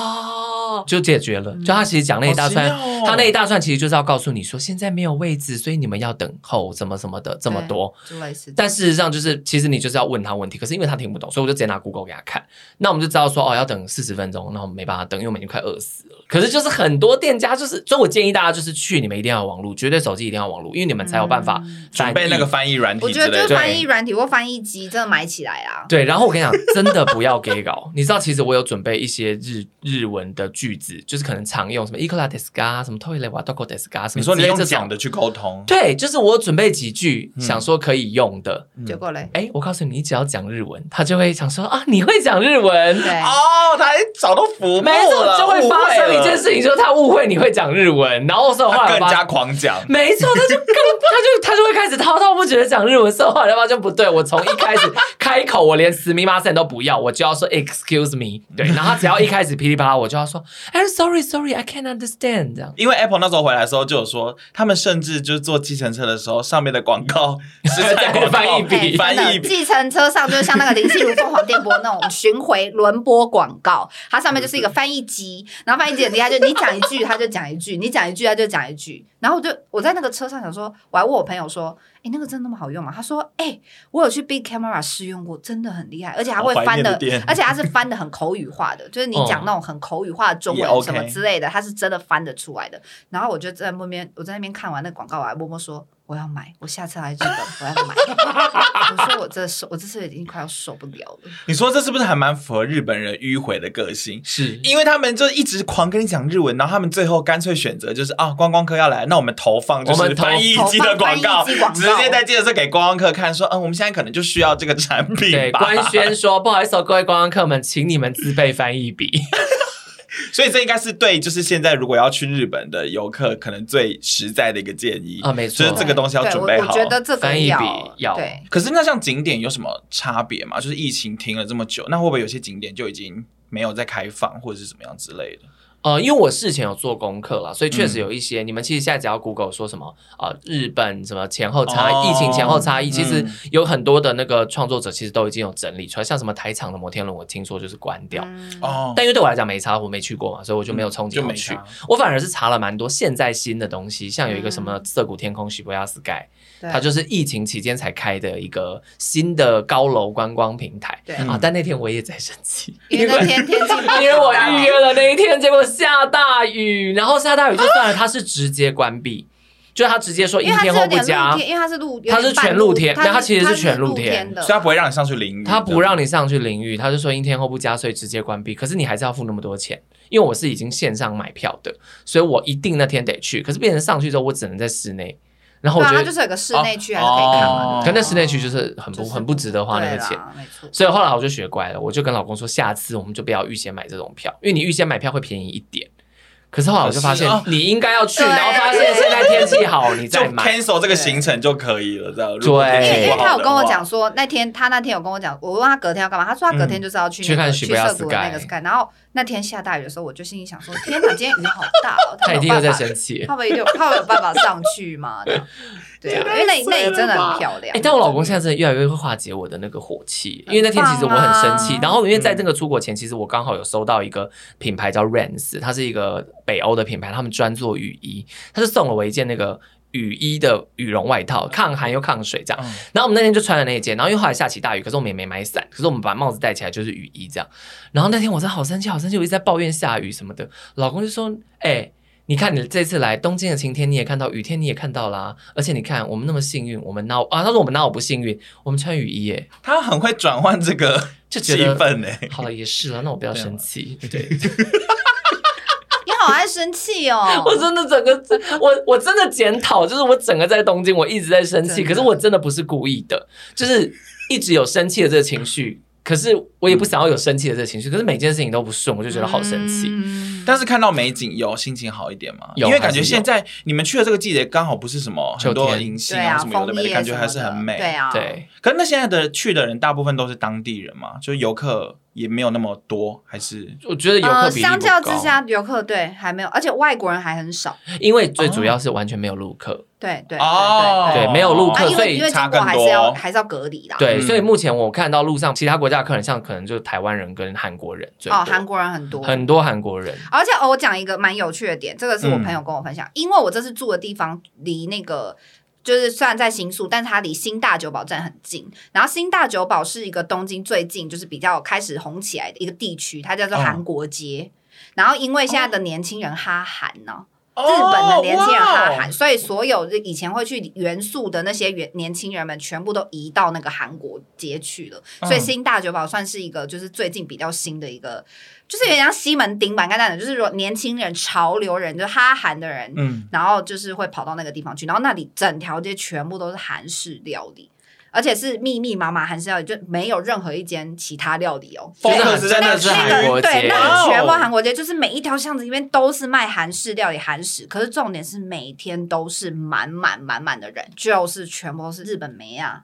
Speaker 3: 哦就解决
Speaker 2: 嗯
Speaker 3: 了，就他其实讲那一大串。
Speaker 1: 好奇妙哦
Speaker 3: 他那一大串其实就是要告诉你说，现在没有位置，所以你们要等候，怎么什么的，这么
Speaker 2: 对
Speaker 3: 多。
Speaker 2: 就类似这样，
Speaker 3: 但事实上就是，其实你就是要问他问题，可是因为他听不懂，所以我就直接拿 Google 给他看。那我们就知道说，哦，要等四十分钟，那我们没办法等，因为我们已经快饿死了。可是就是很多店家就是，所以我建议大家就是去，你们一定要有网路，绝对手机一定要有网路，因为你们才有办法
Speaker 1: 嗯
Speaker 3: 翻
Speaker 1: 准
Speaker 3: 译
Speaker 1: 备那个。翻译软
Speaker 2: 嗯我
Speaker 1: 体
Speaker 2: 觉
Speaker 1: 之
Speaker 2: 得就
Speaker 1: 类
Speaker 2: 是
Speaker 1: 的。
Speaker 2: 翻译软体或翻译机，真的买起来啊。
Speaker 3: 对，然后我跟你讲，真的不要给稿。你知道，其实我有准备一些日日文的句子，就是可能常用什么 “ikura desu ga”、什么 “toilet wa doko desu ga”，什
Speaker 1: 你
Speaker 3: 么
Speaker 1: 说你
Speaker 3: 之类
Speaker 1: 用
Speaker 3: 这
Speaker 1: 讲
Speaker 3: 种。
Speaker 1: 的去沟通，
Speaker 3: 对，就是我有准备几句，想说可以用的。
Speaker 1: 嗯
Speaker 2: 结果嘞，
Speaker 3: 哎、我告诉你，你只要讲日文，他就会想说啊，你会讲日文，
Speaker 2: 对，
Speaker 1: 哦，他还找到浮木
Speaker 3: 没错，
Speaker 1: 了，
Speaker 3: 就会发生一件事情，就是他误会你会讲日文，然后所以
Speaker 1: 误
Speaker 3: 后
Speaker 1: 会了，他
Speaker 3: 来我
Speaker 1: 更
Speaker 3: 发
Speaker 1: 加。狂讲。
Speaker 3: 没错，他就更，他就他就会开始滔滔不绝的讲日文，所以后来发现不对，我从一开始开口，我连死密马森都不要，我就要说 excuse me，对，然后他只要一开始噼里啪啦，我就要说，I'm sorry, sorry, I can't understand 这样。
Speaker 1: 因为 Apple 那时候回来的时候就有说，他们甚至就是坐计程车的时候，上面的广告是在广告
Speaker 3: 翻译
Speaker 2: 哎
Speaker 3: 笔
Speaker 2: 真
Speaker 1: 翻
Speaker 2: 的，
Speaker 1: 译笔，
Speaker 2: 计程车上就是像那个林心如凤凰电波那种巡回轮播广告，它上面就是一个翻译机，然后翻译机很厉害，就你讲一句他就讲一句，你讲一句他就讲一句。然后我就我在那个车上想说，我还问我朋友说，哎、那个真的那么好用吗？他说，哎、我有去 Big Camera 试用过，真的很厉害，而且还会
Speaker 1: 好怀
Speaker 2: 翻
Speaker 1: 念
Speaker 2: 的
Speaker 1: 的店，哦
Speaker 2: 而且它是翻的很口语化的，就是你讲那种很口语化的中
Speaker 1: 也
Speaker 2: 文
Speaker 1: OK
Speaker 2: 什么之类的，它是真的翻得出来的。然后我就在那边，我在那边看完那广告，我还默默说。我要买，我下次来日本，我要买。 (laughs) 我说我这受，我这次已经快要受不了了。
Speaker 1: 你说这是不是还蛮符合日本人迂回的个性？
Speaker 3: 是
Speaker 1: 因为他们就一直狂跟你讲日文，然后他们最后干脆选择就是啊，观光客要来，那我们投放就
Speaker 3: 我
Speaker 1: 是
Speaker 3: 们投
Speaker 1: 翻译机的广告
Speaker 2: 投放翻译机，广告
Speaker 1: 直接在记者社给观光客看，说嗯，我们现在可能就需要这个产
Speaker 3: 对
Speaker 1: 品吧。
Speaker 3: 官宣说， (laughs) 不好意思、哦，各位观光客们，请你们自备翻译笔。
Speaker 1: 所以这应该是对，就是现在如果要去日本的游客，可能最实在的一个建议
Speaker 3: 啊没错
Speaker 1: 就是这个东西要
Speaker 2: 对
Speaker 1: 准备
Speaker 2: 我
Speaker 1: 好。
Speaker 2: 我觉得这个
Speaker 3: 翻译
Speaker 2: 要
Speaker 3: 笔要
Speaker 2: 对，
Speaker 1: 可是那像景点有什么差别吗？就是疫情停了这么久，那会不会有些景点就已经没有在开放，或者是怎么样之类的？
Speaker 3: 呃，因为我事前有做功课啦，所以
Speaker 1: 嗯
Speaker 3: 确实有一些、你们其实现在只要 Google 说什么呃日本什么前后差、
Speaker 1: 哦
Speaker 3: 疫情前后差异，其实
Speaker 1: 嗯
Speaker 3: 有很多的那个创作者其实都已经有整理出来，像什么台场的摩天轮，我听说就是关掉。
Speaker 2: 嗯
Speaker 1: 哦，
Speaker 3: 但因为对我来讲没差，我没去过嘛，所以我就没有
Speaker 1: 嗯
Speaker 3: 憧
Speaker 1: 就
Speaker 3: 憬要
Speaker 1: 没
Speaker 3: 去。
Speaker 1: 差
Speaker 3: 我反而是查了蛮多现在新的东西，像有一个什么
Speaker 1: 嗯
Speaker 3: 涩谷天空喜伯亚 sky，、
Speaker 2: 对
Speaker 3: 它就是疫情期间才开的一个新的高楼观光平台。
Speaker 2: 对
Speaker 1: 嗯
Speaker 3: 啊，但那天我也在生气，
Speaker 2: 因为那天天气不好，
Speaker 3: (laughs) 因为我预约了那一天，结果下大雨，然后下大雨就算了，它是直接关闭，就是它直接说
Speaker 2: 因
Speaker 3: 阴
Speaker 2: 为它是
Speaker 3: 天
Speaker 2: 有
Speaker 3: 后不
Speaker 2: 点
Speaker 3: 加
Speaker 2: 露，天，因为它是露，
Speaker 3: 它是
Speaker 2: 有点半
Speaker 3: 全露天
Speaker 2: 它
Speaker 3: 那它其实
Speaker 2: 它
Speaker 3: 是
Speaker 2: 是
Speaker 3: 全露
Speaker 2: 露
Speaker 3: 天
Speaker 2: 的，
Speaker 1: 所以他不会让你上去淋雨，
Speaker 3: 它不让
Speaker 1: 你。
Speaker 3: 你上去淋雨，它就说阴天后不加，所以直接关闭。可是你还是要付那么多钱，因为我是已经线上买票的，所以我一定那天得去。可是变成上去之后，我只能在室内，然后
Speaker 2: 对
Speaker 3: 我
Speaker 2: 啊，
Speaker 3: 觉
Speaker 2: 它
Speaker 3: 得，
Speaker 2: 就是有个室内区还是可以看嘛
Speaker 1: 哦。
Speaker 3: 可
Speaker 2: 对不对
Speaker 3: 那室内区就是很不
Speaker 2: 就是
Speaker 3: 很不值得花那个
Speaker 2: 对
Speaker 3: 钱。
Speaker 2: 啦没错。
Speaker 3: 所以后来我就学乖了，我就跟老公说，下次我们就不要预先买这种票，因为你预先买票会便宜一点。可是后来我就发现
Speaker 1: 可是啊哦，
Speaker 3: 你应该要去，
Speaker 2: 对
Speaker 3: 然后发现现在天气好，你
Speaker 1: 就
Speaker 3: 再买。
Speaker 1: cancel 这个行程就可以了，这样。如果
Speaker 3: 对
Speaker 1: 天
Speaker 2: 因为
Speaker 1: 气
Speaker 2: 因
Speaker 1: 不好
Speaker 2: 为
Speaker 1: 的
Speaker 2: 哎他有跟我
Speaker 1: 话
Speaker 2: 讲说，那天他那天有跟我讲，我问他隔天要干嘛，他说他隔天就是要去、那个
Speaker 3: 嗯去看
Speaker 2: 去
Speaker 3: 许不亚
Speaker 2: 涩谷的那个
Speaker 3: Sky
Speaker 2: sky，然后那天下大雨的时候，我就心里想说，天哪，今天雨好大哦，
Speaker 3: (laughs) (laughs) 他
Speaker 2: 有
Speaker 3: 一定又
Speaker 2: 办
Speaker 3: 在
Speaker 2: 法，
Speaker 1: (laughs)
Speaker 3: 生气。
Speaker 1: 哎
Speaker 2: 他们有他们有办法上去吗？
Speaker 3: (laughs)
Speaker 2: 这样对啊，因为那里那里真的很漂亮。
Speaker 3: 哎、但我老公现在真的越来越会化解我的那个火气，因为那天其实我很生气。
Speaker 2: 很棒啊
Speaker 3: 然后因为在这个出国前，其实我刚好有收到一个品牌叫 Rans，它是一个北欧的品牌，他们专做雨衣，他就送了我一件那个雨衣的羽绒外套，抗寒又抗水这样。
Speaker 1: 嗯
Speaker 3: 然后我们那天就穿了那一件，然后因为后来下起大雨，可是我们也没买伞，可是我们把帽子戴起来就是雨衣这样。然后那天我真的好生气，好生气，我一直在抱怨下雨什么的。老公就说：“哎、你看你这次来东京的晴天你也看到，雨天你也看到啦，而且你看我们那么幸运，我们哪有啊？他说我们哪有不幸运，我们穿雨衣耶。
Speaker 1: 他很会转换这个
Speaker 3: 就
Speaker 1: 气
Speaker 3: 觉得
Speaker 1: 氛呢、
Speaker 3: 好了，也是了，那我不要生气。 (laughs) 对，
Speaker 2: 你好爱生气哦，
Speaker 3: (laughs) 我真的整个，
Speaker 2: (laughs)
Speaker 3: 我我真的检讨，就是我整个在东京，我一直在生气，
Speaker 2: 真的
Speaker 3: 可是我真的不是故意的，就是一直有生气的这个情绪，可是我也不想要有生气的这个情绪，可是每件事情都不顺，我就觉得好生气。
Speaker 2: 嗯
Speaker 1: 但是看到美景有心情好一点吗？
Speaker 3: 有
Speaker 1: 因为感觉
Speaker 3: 还是有
Speaker 1: 现在你们去的这个季节刚好不是什么很多
Speaker 3: 秋
Speaker 1: 的
Speaker 3: 天
Speaker 1: 银杏
Speaker 2: 对啊，
Speaker 1: 什么有的
Speaker 2: 枫
Speaker 1: 没
Speaker 2: 叶
Speaker 1: 的，感觉
Speaker 2: 什么
Speaker 1: 还是很美。
Speaker 2: 对啊，
Speaker 3: 对，
Speaker 1: 可是那现在的去的人大部分都是当地人嘛，就是游客也没有那么多，还是
Speaker 3: 我觉得游客
Speaker 2: 呃，
Speaker 3: 比例
Speaker 2: 相
Speaker 3: 不
Speaker 2: 较之
Speaker 3: 高，
Speaker 2: 下，游客对还没有，而且外国人还很少。
Speaker 3: 因为最
Speaker 2: 哦
Speaker 3: 主要是完全没有陆客，
Speaker 2: 对对对
Speaker 1: 哦
Speaker 2: 对
Speaker 3: 对，没有陆
Speaker 2: 对，啊，
Speaker 3: 客，
Speaker 2: 因
Speaker 3: 所
Speaker 2: 为因
Speaker 3: 以
Speaker 2: 为
Speaker 1: 差
Speaker 2: 中国
Speaker 1: 更
Speaker 2: 还是要
Speaker 1: 多
Speaker 2: 还是要隔离啦。
Speaker 3: 对，
Speaker 1: 嗯
Speaker 3: 所以目前我看到路上其他国家的客人，像可能就是台湾人跟韩国人最多，
Speaker 2: 哦，韩国人很多，
Speaker 3: 很多韩国人，
Speaker 2: 而且、哦、我讲一个蛮有趣的点，这个是我
Speaker 1: 嗯
Speaker 2: 朋友跟我分享，因为我这次住的地方离那个。就是虽然在新宿，但是它离新大久保站很近。然后新大久保是一个东京最近就是比较开始红起来的一个地区，它叫做韩国街。然后因为现在的年轻人哈韩呢、
Speaker 1: 哦
Speaker 2: 日本的年轻人哈韩，所以所有以前会去元素的那些元年轻人们，全部都移到那个韩国街去了。
Speaker 1: 嗯
Speaker 2: 所以新大久保算是一个就是最近比较新的一个，就是有点像西门町吧，刚才讲的，就是说年轻人、潮流人，就是哈韩的人，
Speaker 1: 嗯，
Speaker 2: 然后就是会跑到那个地方去，然后那里整条街全部都是韩式料理。而且是密密麻麻韩式料理，就没有任何一间其他料理哦。
Speaker 1: 风
Speaker 3: 就是
Speaker 1: 格是真
Speaker 2: 那
Speaker 1: 的
Speaker 2: 个
Speaker 1: 是
Speaker 2: 那
Speaker 1: 韩
Speaker 2: 个
Speaker 1: 国
Speaker 3: 国街
Speaker 2: 对，那
Speaker 1: 哇哦
Speaker 2: 个全部韩国街，就是每一条巷子里面都是卖韩式料理、韩食。可是重点是每天都是满满满满的人，就是全部都是日本妹啊、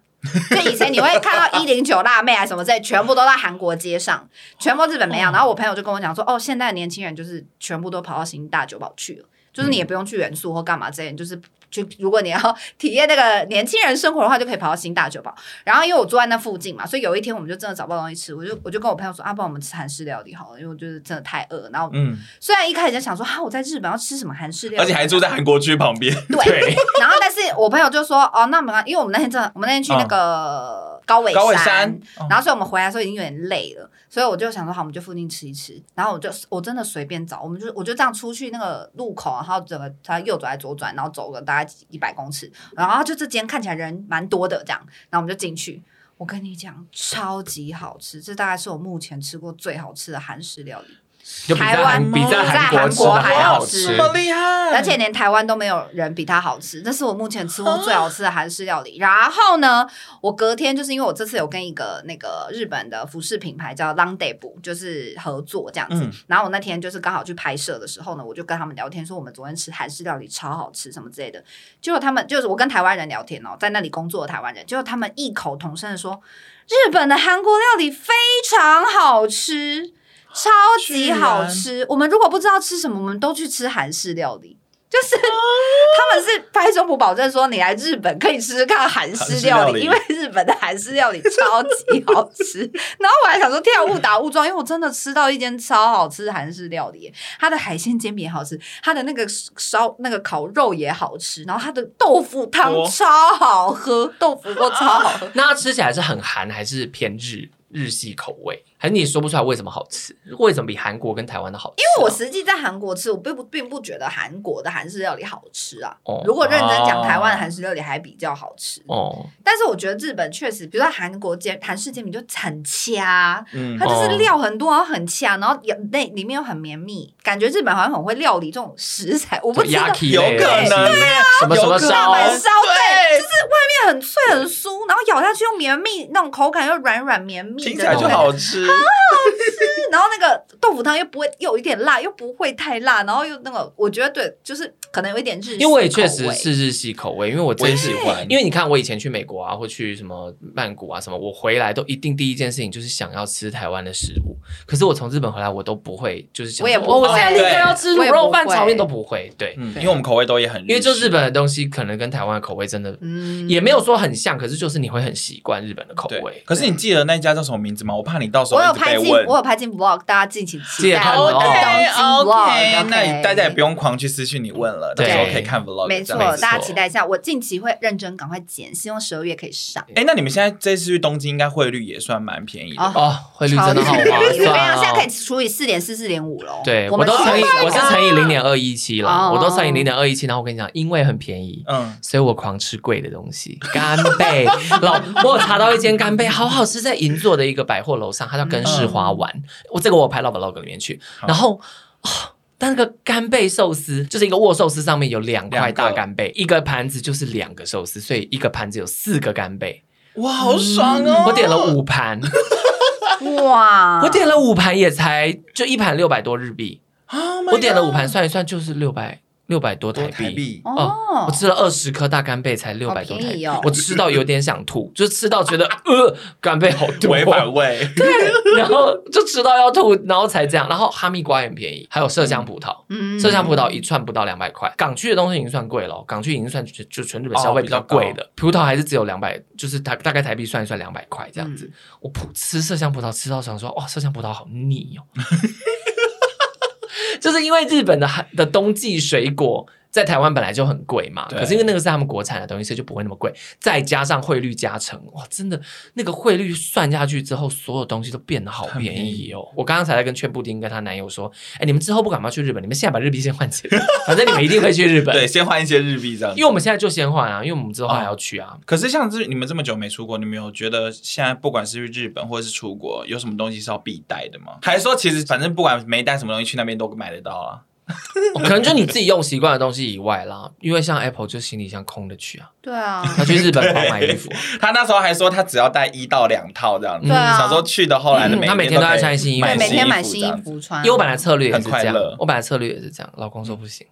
Speaker 2: 就以前你会看到一零九辣妹啊什么之类，全部都在韩国街上，全部日本没有。然后我朋友就跟我讲说，哦，现在的年轻人就是全部都跑到新大酒保去了，
Speaker 1: 嗯
Speaker 2: 就是你也不用去元素或干嘛之类，你就是。就如果你要体验那个年轻人生活的话，就可以跑到新大酒保。然后因为我住在那附近嘛，所以有一天我们就真的找不到东西吃，我就我就跟我朋友说啊，不然我们吃韩式料理好了，因为我就是真的太饿。然后
Speaker 1: 嗯，
Speaker 2: 虽然一开始就想说哈、我在日本要吃什么韩式料理，
Speaker 1: 而且还住在韩国区旁边，
Speaker 2: 对，
Speaker 1: (laughs)
Speaker 3: 对，
Speaker 2: (laughs) 然后但是我朋友就说，哦，那没关系，因为我们那天真的，我们那天去那个高尾
Speaker 1: 嗯高尾山哦
Speaker 2: 然后所以我们回来的时候已经有点累了，所以我就想说，好，我们就附近吃一吃。然后我就我真的随便找，我们就我就这样出去那个路口，啊然后整个他右转还左转，然后走了大概一百公尺，然后就这间看起来人蛮多的这样，然后我们就进去。我跟你讲，超级好吃，这大概是我目前吃过最好吃的韩式料理。
Speaker 3: 就比在
Speaker 2: 台湾哦
Speaker 3: 韩比在
Speaker 1: 比在
Speaker 3: 韩
Speaker 1: 韩国
Speaker 3: 国吃的
Speaker 1: 还
Speaker 3: 还
Speaker 2: 好
Speaker 3: 好
Speaker 2: 吃
Speaker 1: 这
Speaker 3: 吃。
Speaker 1: 么厉害，
Speaker 2: 而且连台湾都没有人比它好吃，这是我目前吃过最好吃的韩式料理。然后呢，我隔天就是因为我这次有跟一个那个日本的服饰品牌叫 Landeb 就是合作这样子，
Speaker 1: 嗯
Speaker 2: 然后我那天就是刚好去拍摄的时候呢，我就跟他们聊天说我们昨天吃韩式料理超好吃什么之类的，结果他们就是我跟台湾人聊天哦，在那里工作的台湾人，结果他们异口同声的说日本的韩国料理非常好吃。超级好吃！我们如果不知道吃什么，我们都去吃韩式料理。就是 (laughs) 他们是拍胸脯保证说，你来日本可以吃吃看韩式料
Speaker 1: 韩式料
Speaker 2: 理，
Speaker 1: 理
Speaker 2: 因为日本的韩式料理超级好吃。
Speaker 1: (laughs)
Speaker 2: 然后我还想说，天啊，误打误撞，因为我真的吃到一间超好吃的韩式料理耶，它的海鲜煎饼也好吃，它的那个烧那个烤肉也好吃，然后它的豆腐汤
Speaker 1: 哦
Speaker 2: 超好喝，豆腐锅超好喝。
Speaker 3: 那它吃起来是很韩，还是偏日日系口味？还是你说不出来为什么好吃？为什么比韩国跟台湾的好吃啊？
Speaker 2: 因为我实际在韩国吃，我并不并不觉得韩国的韩式料理好吃啊。
Speaker 3: 哦
Speaker 2: 如果认真讲，
Speaker 3: 哦
Speaker 2: 台
Speaker 1: 啊
Speaker 2: 湾的韩式料理还比较好吃。
Speaker 3: 哦，
Speaker 2: 但是我觉得日本确实，比如说韩国煎韩式煎饼就很掐，啊
Speaker 1: 嗯哦
Speaker 2: 它就是
Speaker 3: 哦
Speaker 2: 料很多，然后很掐，然后也那里面又很绵密，感觉日本好像很会料理这种食材。我不知道，
Speaker 3: 压
Speaker 2: 面
Speaker 3: 皮
Speaker 1: 有可能
Speaker 3: 啊什么
Speaker 1: 有
Speaker 3: 什么
Speaker 1: 可能
Speaker 3: 烧
Speaker 2: 大阪烧
Speaker 1: 对
Speaker 2: 对，就是外面很脆很酥，然后咬下去又绵密，那种口感又软软绵密的
Speaker 1: 听起
Speaker 2: 那
Speaker 1: 来
Speaker 2: 种
Speaker 1: 就
Speaker 2: 感觉。
Speaker 1: 好吃，
Speaker 2: 然后那个豆腐汤又不会又有一点辣，又不会太辣，然后又那个，我觉得对，就是可能有一点日式口味，
Speaker 3: 因为我也确实是日系口味，因为我
Speaker 1: 我也
Speaker 3: 真
Speaker 1: 喜
Speaker 3: 是。
Speaker 1: 欢，
Speaker 3: 因为你看，我以前去美国啊，或去什么曼谷啊，什么，我回来都一定第一件事情就是想要吃台湾的食物。可是我从日本回来，我都不会，就是想说
Speaker 2: 我也不会
Speaker 3: 哦我现在立刻要吃卤
Speaker 2: 对我也
Speaker 3: 肉
Speaker 2: 不
Speaker 3: 饭、
Speaker 2: 会
Speaker 3: 炒面都不会。对，
Speaker 1: 嗯，
Speaker 2: 对
Speaker 1: 因为我们口味都也很，
Speaker 3: 因为就日本的东西可能跟台湾的口味真的
Speaker 2: 嗯
Speaker 3: 也没有说很像，可是就是你会很习惯日本的口
Speaker 1: 对
Speaker 3: 味。。
Speaker 1: 可是你记得那家叫什么名字吗？我怕你到时候
Speaker 2: 我有
Speaker 1: 一直
Speaker 2: 拍
Speaker 1: 被
Speaker 2: 进，
Speaker 1: 问
Speaker 2: 我。有拍进 vlog，大家敬请期
Speaker 3: 记
Speaker 2: 待
Speaker 3: 得看
Speaker 2: 我的
Speaker 3: vlog
Speaker 2: 东京 vlog，OK。
Speaker 1: 那你大家也不用狂去私讯你问了，到
Speaker 3: 对
Speaker 1: 时候可以看 vlog
Speaker 2: 没
Speaker 1: 这
Speaker 2: 错
Speaker 1: 样。，
Speaker 3: 没错
Speaker 2: 大家期待一下，我近期会认真赶快剪，希望十二月可以上。
Speaker 1: 哎，那你们现在这次去东京，应该汇率也算蛮便宜的
Speaker 2: 哦
Speaker 1: 吧？
Speaker 3: 哦，汇率真的好划
Speaker 2: 超级怎么
Speaker 3: 算
Speaker 2: 样？
Speaker 3: 哦！
Speaker 2: 现在可以除以四点四、四点五喽。
Speaker 3: 对
Speaker 2: 我
Speaker 3: 我
Speaker 2: 们
Speaker 3: 都乘以
Speaker 2: 现在
Speaker 3: 我是乘以零点二一七了，
Speaker 2: 哦
Speaker 3: 我都乘以零点二一七。然后我跟你讲，因为很便宜，
Speaker 1: 嗯，
Speaker 3: 所以我狂吃贵的东西，干贝。 (laughs) 老，我有查到一间干贝好好吃，在银座的一个百货楼上，它叫根式花
Speaker 1: 嗯
Speaker 3: 丸。我这个我有拍到 vlog 里面去，然后。哦但那个干贝寿司就是一个握寿司，上面有两块
Speaker 1: 两个
Speaker 3: 大干贝，一个盘子就是两个寿司，所以一个盘子有四个干贝。
Speaker 1: 哇，好爽哦！
Speaker 3: 嗯我点了五盘，
Speaker 2: 哇，
Speaker 3: 我点了五盘也才就一盘六百多日币，
Speaker 1: Oh my god，
Speaker 3: 我点了五盘算一算就是六百六百多
Speaker 1: 多
Speaker 3: 台
Speaker 1: 台
Speaker 3: 币。
Speaker 1: 币，
Speaker 2: 哦
Speaker 3: 我，吃了二十颗大干贝，才六
Speaker 2: 好
Speaker 3: 百多台
Speaker 2: 便宜
Speaker 3: 币，
Speaker 2: 哦
Speaker 3: 我吃到有点想吐，就吃到觉得呃干贝好多，
Speaker 1: 违反味，
Speaker 3: (laughs) 然后就吃到要吐，然后才这样。然后哈密瓜也很便宜，还有麝香葡萄，
Speaker 2: 嗯
Speaker 3: 麝香葡萄一串不到两百块。港区的东西已经算贵了哦，港区已经算就就全日本哦消费比较贵的，葡萄还是只有两百，就是大大概台币算一算两百块这样子。
Speaker 2: 嗯
Speaker 3: 我普吃麝香葡萄吃到想说，哇，麝香葡萄好腻哦， (laughs) 就是因为日本的哈的冬季水果。在台湾本来就很贵嘛，
Speaker 1: 对
Speaker 3: 可是因为那个是他们国产的东西，所以就不会那么贵。再加上汇率加成，哇，真的那个汇率算下去之后，所有东西都变得好便宜哦。我刚刚才在跟圈布丁跟她男友说，哎，你们之后不敢要去日本，你们现在把日币先换起来，反正你们一定会去日本。
Speaker 1: (laughs) (laughs) 对，，先换一些日币这样
Speaker 3: (laughs) 因。为我们现在就先换啊，因为我们之后还要去啊。
Speaker 1: 可是像这你们这么久没出国，你们有觉得现在不管是去日本或者是出国，有什么东西是要必带的吗？还是说其实反正不管没带什么东西去那边都买得到啊？
Speaker 3: 哦 (laughs) 可能就你自己用习惯的东西以外啦，因为像 Apple 就行李箱空的去啊，
Speaker 2: 对啊，
Speaker 3: 他去日本狂买衣服，
Speaker 1: 他那时候还说他只要带一到两套这样子，
Speaker 2: 对啊
Speaker 1: 想说去的后来的
Speaker 3: 嗯
Speaker 1: 每
Speaker 3: 他每天
Speaker 1: 天
Speaker 3: 都在
Speaker 1: 可以
Speaker 3: 穿新衣服
Speaker 2: 对，
Speaker 3: 买
Speaker 2: 每天买
Speaker 1: 新
Speaker 2: 新
Speaker 1: 这
Speaker 2: 衣
Speaker 1: 样子
Speaker 2: 服穿，
Speaker 3: 因为我本来策略也是这样
Speaker 1: 很快乐，
Speaker 3: 我本来策略也是这样，老公说不行，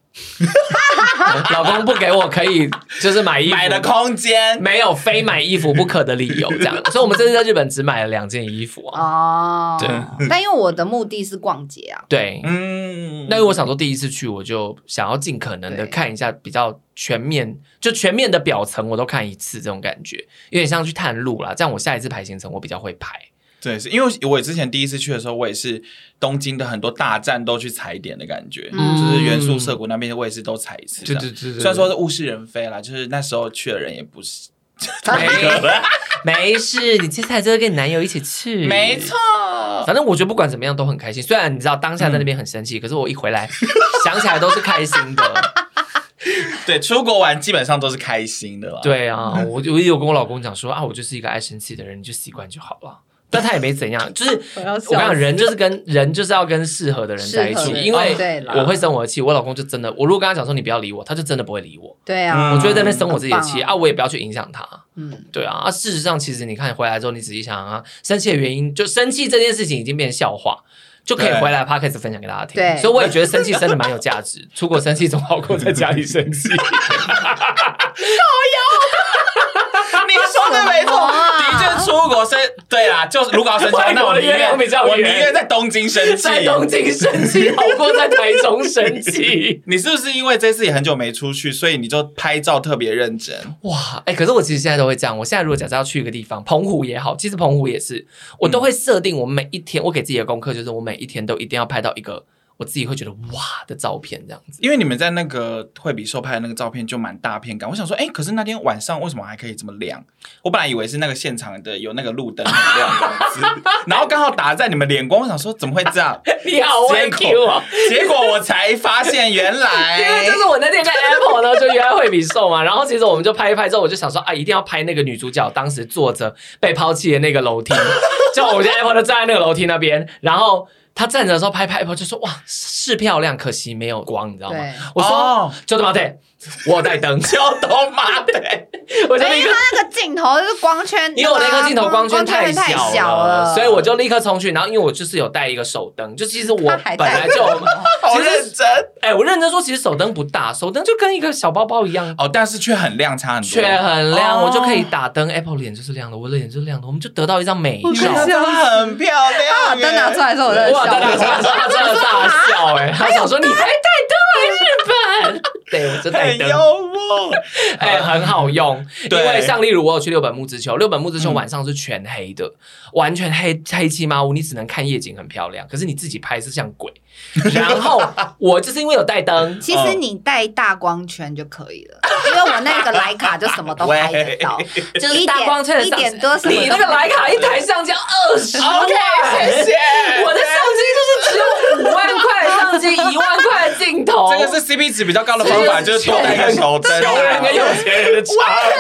Speaker 3: (laughs) 老公不给我可以就是买衣服
Speaker 1: 买的空间。
Speaker 3: 没有非买衣服不可的理由这样， (laughs) 所以我们这次在日本只买了两件衣服啊，
Speaker 2: 哦，
Speaker 3: 对
Speaker 2: 但因为我的目的是逛街
Speaker 3: (laughs)
Speaker 2: 啊，
Speaker 3: 对，
Speaker 1: 嗯
Speaker 3: 那因为我想说，第一次去我就想要尽可能的
Speaker 2: 对
Speaker 3: 看一下比较全面，就全面的表层我都看一次，这种感觉有点像去探路啦。这样我下一次排行程我比较会排。
Speaker 1: 对，是因为我之前第一次去的时候，我也是东京的很多大站都去踩点的感觉，
Speaker 2: 嗯
Speaker 1: 就是元素涩谷那边我也是都踩一次这样。
Speaker 3: 对
Speaker 1: 虽然说是物是人非啦，就是那时候去的人也不是，哎
Speaker 3: (laughs) 没事，你接下来就会跟你男友一起去，
Speaker 1: 没错。。
Speaker 3: 反正我觉得不管怎么样都很开心，虽然你知道当下在那边很生气，可是我一回来 (laughs) 想起来都是开心
Speaker 2: (laughs)
Speaker 3: 的。
Speaker 1: (laughs) 对，出国玩基本上都是开心的啦。，
Speaker 3: 对啊，我就我也有跟我老公讲说啊，我就是一个爱生气的人，你就习惯就好了。但他也没怎
Speaker 2: (laughs)
Speaker 3: 样，就是
Speaker 2: 我要
Speaker 3: 我跟你讲，人就是跟人就是要跟适合的人在一
Speaker 2: 适
Speaker 3: 起
Speaker 2: 合，的
Speaker 3: 因为
Speaker 2: 哦对啦
Speaker 3: 我会生我的气，我老公就真的，我如果跟他讲说你不要理我，他就真的不会理我。
Speaker 2: 对啊，
Speaker 1: 嗯
Speaker 3: 我就会在那边生我自己的气
Speaker 2: 哦很棒
Speaker 3: 啊，我也不要去影响他。
Speaker 2: 嗯，
Speaker 3: 对啊，啊，事实上其实你看回来之后，你仔细想想啊，生气的原因就生气这件事情已经变笑话。就可以
Speaker 1: 对
Speaker 3: 回来 podcast 分享给大家听，
Speaker 2: 对
Speaker 3: 所以我也觉得生气真的蛮有价值。出国生气总好过在家里生气。
Speaker 1: 你说的没错，的确出国生对啦，就是如果
Speaker 3: (laughs)
Speaker 1: 要生气
Speaker 3: 外，国
Speaker 1: 那我
Speaker 3: 的
Speaker 1: 宁
Speaker 3: 月亮比
Speaker 1: 愿
Speaker 3: 较
Speaker 1: 我宁
Speaker 3: 圆
Speaker 1: 愿在东京生气。
Speaker 3: (laughs) 在东京生气好过在台中生气。
Speaker 1: 你是不是因为这次也很久没出去，所以你就拍照特别认真？
Speaker 3: 哇，哎、可是我其实现在都会这样。我现在如果假设要去一个地方，澎湖也好，其实澎湖也是，我
Speaker 1: 嗯
Speaker 3: 都会设定我每一天，我给自己的功课就是我每一天都一定要拍到一个我自己会觉得哇的照片，这样子。
Speaker 1: 因为你们在那个惠比寿拍的那个照片就蛮大片感，我想说，哎、可是那天晚上为什么还可以这么亮？我本来以为是那个现场的有那个路灯很亮这样子，然后刚好打在你们脸光，我想说怎么会这样？
Speaker 3: 你好
Speaker 1: 哎会
Speaker 3: 会
Speaker 1: Q 哦
Speaker 3: Q 啊！
Speaker 1: 结果我才发现原来
Speaker 3: 因为
Speaker 2: 哎
Speaker 3: 就是我那天在 Apple 呢，就约惠比寿嘛，然后其实我们就拍一拍之后，我就想说啊，一定要拍那个女主角当时坐着被抛弃的那个楼梯， (laughs) 就我在 Apple 就站在那个楼梯那边，然后她站着的时候拍拍 Apple 就说哇是漂亮，可惜没有光，你知道吗
Speaker 2: 对？
Speaker 3: 我
Speaker 1: 哦
Speaker 3: 说就他妈对，我有带灯，就他妈对，我就
Speaker 2: 因为
Speaker 3: 立刻。
Speaker 2: 它那个镜头就是光圈，啊
Speaker 3: 因为我那颗镜头光圈
Speaker 2: 太
Speaker 3: 小了，
Speaker 2: 小了，
Speaker 3: 所以我就立刻冲去。然后因为我就是有带一个手灯，就其实我
Speaker 2: 他还啊
Speaker 3: 本来
Speaker 2: 带 (laughs)
Speaker 3: 就，
Speaker 1: 好
Speaker 3: 其实
Speaker 1: 认真
Speaker 3: 哎、我认真说，其实手灯不大，手灯就跟一个小包包一样，
Speaker 1: 哦，但是却很亮，差很多。
Speaker 3: 却很亮，
Speaker 1: 哦
Speaker 3: 我就可以打灯。Apple 脸就是亮的，我的脸就是亮的，我们就得到一张美
Speaker 2: 我
Speaker 1: 你
Speaker 2: 跟
Speaker 1: 们
Speaker 3: 照
Speaker 2: 你。
Speaker 1: 真的很漂
Speaker 2: 把
Speaker 1: 亮耶，
Speaker 2: 灯拿出来的时候，我在
Speaker 3: (laughs) 哇！大家
Speaker 2: 笑。
Speaker 3: 大家真的大笑 (laughs) 哎、他想说你还带灯来啊日本？ (laughs) 对，我就带
Speaker 1: 很
Speaker 3: 灯，
Speaker 1: 幽默。
Speaker 3: 哎、很好用。因
Speaker 1: 对
Speaker 3: 为像例如我有去六本木之丘，六本木之丘晚上是全黑的，完全黑黑漆麻乌，你只能看夜景很漂亮，可是你自己拍是像 (laughs) 鬼。然后我就是因为有带 (laughs) 灯，
Speaker 2: 其实你带大光圈就可以了，因为我那个徕卡就什么都拍得
Speaker 3: (laughs)
Speaker 2: 到，
Speaker 3: 就是大光圈的
Speaker 2: 一
Speaker 3: 上
Speaker 2: 点多什么都
Speaker 3: 你那个徕卡一台上就二十万
Speaker 1: OK，谢谢。
Speaker 3: 我的相机就是只有五万块的相机，一万块的镜头，
Speaker 1: 这个是 CP 值比较高的方法，就是多带一个手灯啊。
Speaker 3: 穷人跟有钱人的差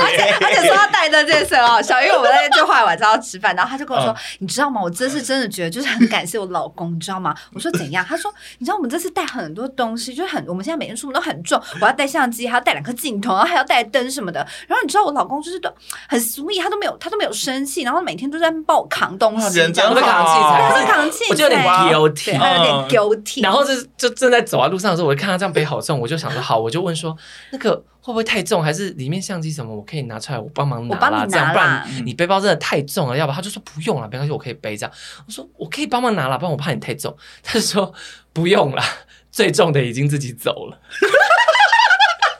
Speaker 3: 别。
Speaker 2: (laughs) 而且说他带灯这件事很好笑，因为我们那天就后来晚上要吃饭，然后他就跟
Speaker 3: 嗯
Speaker 2: 我说：“你知道吗？我这次真的觉得就是很感谢我老公，你知道吗？”我说：“怎样？”他说：“你知道我们这次带很多东西，就是很我们现在每天出门都很重，我要带相机，还要带两颗镜头，然后还要带灯什么的。然后你知道我老公就是都很 sweet，他都没有他都没有生气，然后每天都在帮我扛东
Speaker 1: 哇
Speaker 2: 西，
Speaker 1: 人真
Speaker 2: 这样
Speaker 3: 我
Speaker 2: 子
Speaker 3: 在扛器
Speaker 2: 对
Speaker 3: 材，可
Speaker 2: 他
Speaker 3: 是
Speaker 2: 在扛器材，
Speaker 3: 我就有点
Speaker 2: 对，
Speaker 3: guilty。
Speaker 2: 他有点
Speaker 1: 嗯
Speaker 2: guilty。
Speaker 3: 然后就就正在走在路上的时候，我就看他这样背好重，我就想说好，我就问说那个会不会太重，还是里面相机什么我可以拿出来，我帮忙拿
Speaker 2: 我帮你
Speaker 3: 啦，
Speaker 2: 拿
Speaker 3: 这样不然
Speaker 2: 啦
Speaker 3: 你背包真的太重了，要不然他就说不用了，没关系，我可以背这样。我说我可以帮忙拿啦，不然我怕你太重。他就说不用啦，最重的已经自己走了。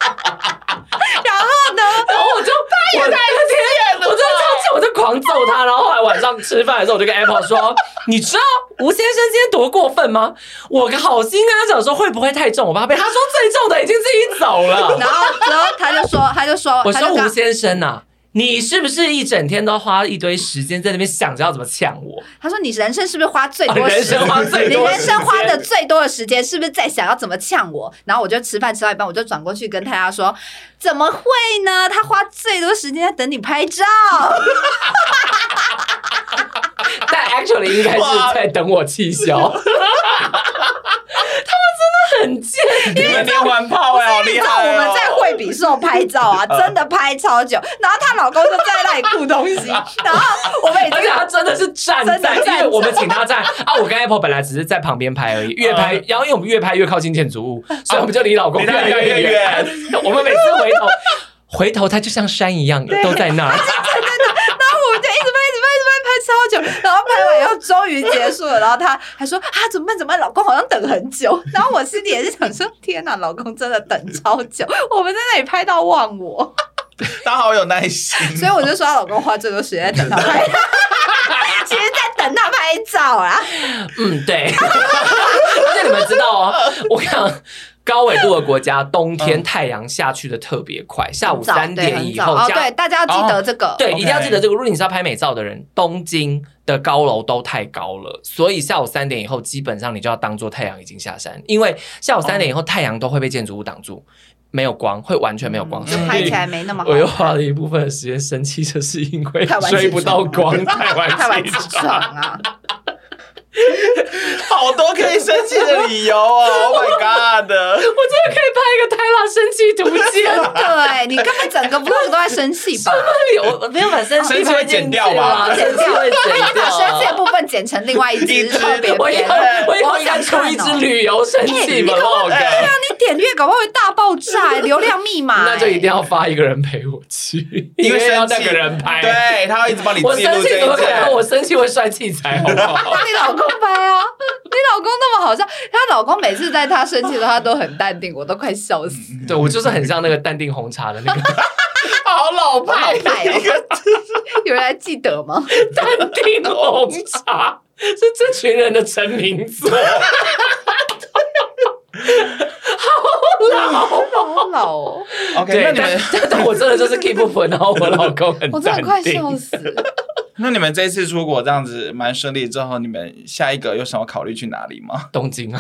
Speaker 2: 然后呢？
Speaker 3: 然后我就我太天眼了，我真的超气，我就狂揍他。然后后来晚上吃饭的时候，我就跟 Apple 说：“你知道吴先生今天多过分吗？我好心跟他讲说会不会太重，我怕被他说最重的已经自己走了。
Speaker 2: 然后之后他就说，他就说，
Speaker 3: 我
Speaker 2: 他就
Speaker 3: 说
Speaker 2: 跟
Speaker 3: 吴先生呐、你是不是一整天都花一堆时间在那边想着要怎么呛我？
Speaker 2: 他说：“你人生是不是花最多
Speaker 3: 哦
Speaker 2: 时间？
Speaker 3: 人生花
Speaker 2: 你
Speaker 3: 最多的
Speaker 2: 人
Speaker 3: 时间
Speaker 2: 生花的最多的时间，是不是在想要怎么呛我？”然后我就吃饭吃到一半，我就转过去跟大家说：“怎么会呢？他花最多时间在等你拍
Speaker 3: (laughs)
Speaker 2: 照。
Speaker 3: (laughs) 但 actually 应该是在等我气消。他们真的很贱，
Speaker 1: 你们连环炮哎，好厉
Speaker 2: 看
Speaker 1: 害
Speaker 2: 我们
Speaker 1: 哦！
Speaker 2: 在惠比寿拍照啊，真的拍超久，然后她老公就在那里顾
Speaker 3: (laughs)
Speaker 2: 东西，然后我们已经
Speaker 3: 而且他真的是站
Speaker 2: 真的
Speaker 3: 在，
Speaker 2: 站
Speaker 3: 因
Speaker 2: 在
Speaker 3: 为我们请
Speaker 4: (laughs)
Speaker 3: 他站啊，我跟 Apple 本来只是在旁边拍而已，越
Speaker 4: 啊
Speaker 3: 拍，
Speaker 1: 嗯
Speaker 3: 然后因为我们越拍越靠近建筑物，所以我们就离老公
Speaker 1: 离
Speaker 3: 越
Speaker 1: 他
Speaker 3: 来
Speaker 1: 越来
Speaker 3: 越
Speaker 1: 越
Speaker 3: 远。 (laughs) 我们每次回头，回头他就像山一样都在那儿。
Speaker 2: 然后我们就一直拍，一直拍，一直拍，拍超久。然后拍完以后终于结束了，然后他还说啊，怎么办？怎么办？老公好像等很久。然后我心里也是想说，天哪，老公真的等超久，我们在那里拍到忘我。
Speaker 1: 他好有耐心哦，
Speaker 2: 所以我就说，她老公花最多时间在等她拍，其实在等她拍照啦。
Speaker 3: 嗯，对。 (laughs) 而且你们知道哦，我想高纬度的国家，冬天
Speaker 1: 嗯
Speaker 3: 太阳下去的特别快，下午
Speaker 4: 很早
Speaker 3: 三
Speaker 4: 对
Speaker 3: 点
Speaker 4: 很
Speaker 3: 以
Speaker 4: 早
Speaker 3: 后
Speaker 4: 哦，
Speaker 3: 加
Speaker 4: 对，大家要记得这个，
Speaker 3: 对，一定要
Speaker 1: OK
Speaker 3: 记得这个。如果你是要拍美照的人，东京的高楼都太高了，所以下午三点以后，基本上你就要当做太阳已经下山，因为下午三点以后，太阳都会被建筑物挡住，没有光，会完全没有光。
Speaker 4: 就拍起来没那么好
Speaker 3: 我又花了一部分的时间生气，就是因 (laughs) 为
Speaker 2: 太晚起
Speaker 3: 追不到光，太晚
Speaker 4: 太晚
Speaker 3: 起
Speaker 4: 起
Speaker 3: 床。
Speaker 4: 床啊！
Speaker 1: 好多可以生气的理由哦！Oh my god！
Speaker 3: 我真的可以拍一个泰拉生气图鉴。
Speaker 4: 对你根本整个 vlog 都在生气吧？
Speaker 3: 我 (laughs) 我没有把生气
Speaker 1: 生气会剪掉
Speaker 2: (laughs)
Speaker 1: 吧
Speaker 3: 拍进去啦生气会剪
Speaker 4: 把生气的
Speaker 3: 掉。
Speaker 4: 部分剪成另外一
Speaker 1: 一
Speaker 4: 支
Speaker 1: 支
Speaker 4: 特别
Speaker 3: (laughs) 我
Speaker 4: 篇
Speaker 3: 要，我要
Speaker 4: 好
Speaker 3: 应
Speaker 4: 想
Speaker 3: 该出
Speaker 4: 看
Speaker 3: 一支
Speaker 4: 哦。
Speaker 3: 旅游生气 vlog。
Speaker 2: 那啊你点阅搞不好会大爆炸、欸
Speaker 4: (laughs) 流量密码、
Speaker 3: 那就一定要发一个人陪我去，哎 (laughs) 因为要
Speaker 1: 生
Speaker 3: 那
Speaker 1: 气
Speaker 3: 个人拍。，
Speaker 1: 对他会一直帮你
Speaker 3: 我
Speaker 1: 记
Speaker 3: 生
Speaker 1: 录
Speaker 3: 气
Speaker 1: 这
Speaker 3: 怎么
Speaker 1: 一
Speaker 3: 可
Speaker 1: 切
Speaker 3: 能？。我生气会摔器材，好不好？ (laughs)
Speaker 2: 帮你老公拍啊！你老公那么好笑，她老公每次在她生气的时候，她都很淡定，我都快笑死。
Speaker 3: 对我就是很像那个淡定红茶的那 (laughs) 个
Speaker 1: 好老
Speaker 2: 好
Speaker 1: 派，
Speaker 2: 派
Speaker 3: (laughs)
Speaker 2: 哦！有人还记得吗？
Speaker 3: 淡定红茶，是这群人的成名作。
Speaker 2: 好老哦，
Speaker 1: OK，那
Speaker 3: 对，
Speaker 1: 你
Speaker 3: 但
Speaker 1: 们
Speaker 3: 但但我真的就是 keep 不稳，然后我老公很
Speaker 2: (laughs) 我真
Speaker 3: 淡
Speaker 2: 的快
Speaker 3: 定
Speaker 2: 笑。死。
Speaker 1: 那你们这一次出国这样子蛮顺利之后，你们下一个有想要考虑去哪里吗？
Speaker 3: 东京啊，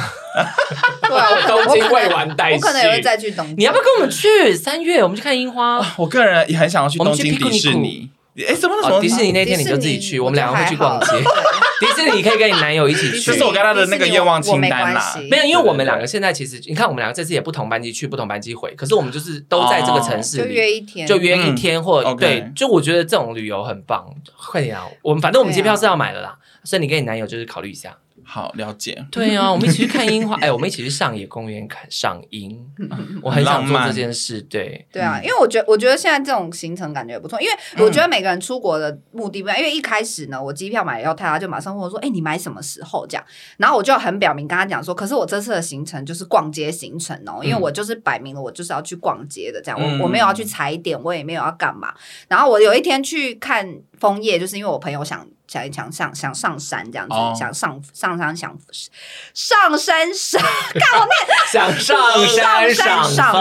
Speaker 2: 对啊，我可能
Speaker 3: 东京未完待续
Speaker 2: 我可能也会再去东京。
Speaker 3: 你要不要跟我们去？三月我们去看樱 (laughs) 花。
Speaker 1: 我个人也很想要去
Speaker 3: 我们
Speaker 1: 东
Speaker 3: 去
Speaker 1: 京迪士
Speaker 3: Pikuniku
Speaker 1: 尼。哎，什么什
Speaker 3: 哦，
Speaker 1: 么
Speaker 3: 迪士尼？那天你
Speaker 2: 迪士尼
Speaker 3: 就自己
Speaker 2: 哦
Speaker 3: 去，我们两个会去
Speaker 4: 我觉得
Speaker 3: 逛
Speaker 4: 还
Speaker 3: 街。迪士尼可以跟你男友一起 (laughs) 去。
Speaker 1: 这是我跟他的那个愿望清单
Speaker 4: 迪
Speaker 1: 啦
Speaker 4: 士尼我我没关系。
Speaker 3: 没有，因为我们两
Speaker 1: 对
Speaker 3: 个现在其实，你看我们两个这次也不同班级去，不同班级回，可是我们就是都在这个城市
Speaker 2: 就
Speaker 3: 里，
Speaker 2: 约一天？
Speaker 3: 就约一天或
Speaker 1: 哦嗯
Speaker 3: 对
Speaker 1: OK，
Speaker 3: 就我觉得这种旅游很棒。快点啊，我们反正我们
Speaker 2: 对啊
Speaker 3: 机票是要买的啦，所以你跟你男友就是考虑一下。
Speaker 1: 好了解，
Speaker 3: 对 (laughs) 啊，我们一起去看樱花，哎，我们一起去上野公园看赏
Speaker 1: (laughs)
Speaker 3: 樱，我很想做这件事。对，
Speaker 2: 对啊，
Speaker 1: 嗯
Speaker 2: 因为我觉得，我觉得现在这种行程感觉也不错，因为我觉得每个人出国的目的不一样。因为一开始呢，我机票买了以后，他就马上问我说：“哎、你买什么时候？”这样，然后我就很表明跟他讲说：“可是我这次的行程就是逛街行程哦，因为
Speaker 3: 嗯
Speaker 2: 我就是摆明了我就是要去逛街的，这样
Speaker 1: 嗯
Speaker 2: 我我没有要去踩点，我也没有要干嘛。然后我有一天去看枫叶，就是因为我朋友想想想想想上山这样子，
Speaker 1: 哦
Speaker 2: 想上上山想上山赏
Speaker 3: 想上
Speaker 2: 上
Speaker 3: 山
Speaker 2: 山赏
Speaker 3: 赏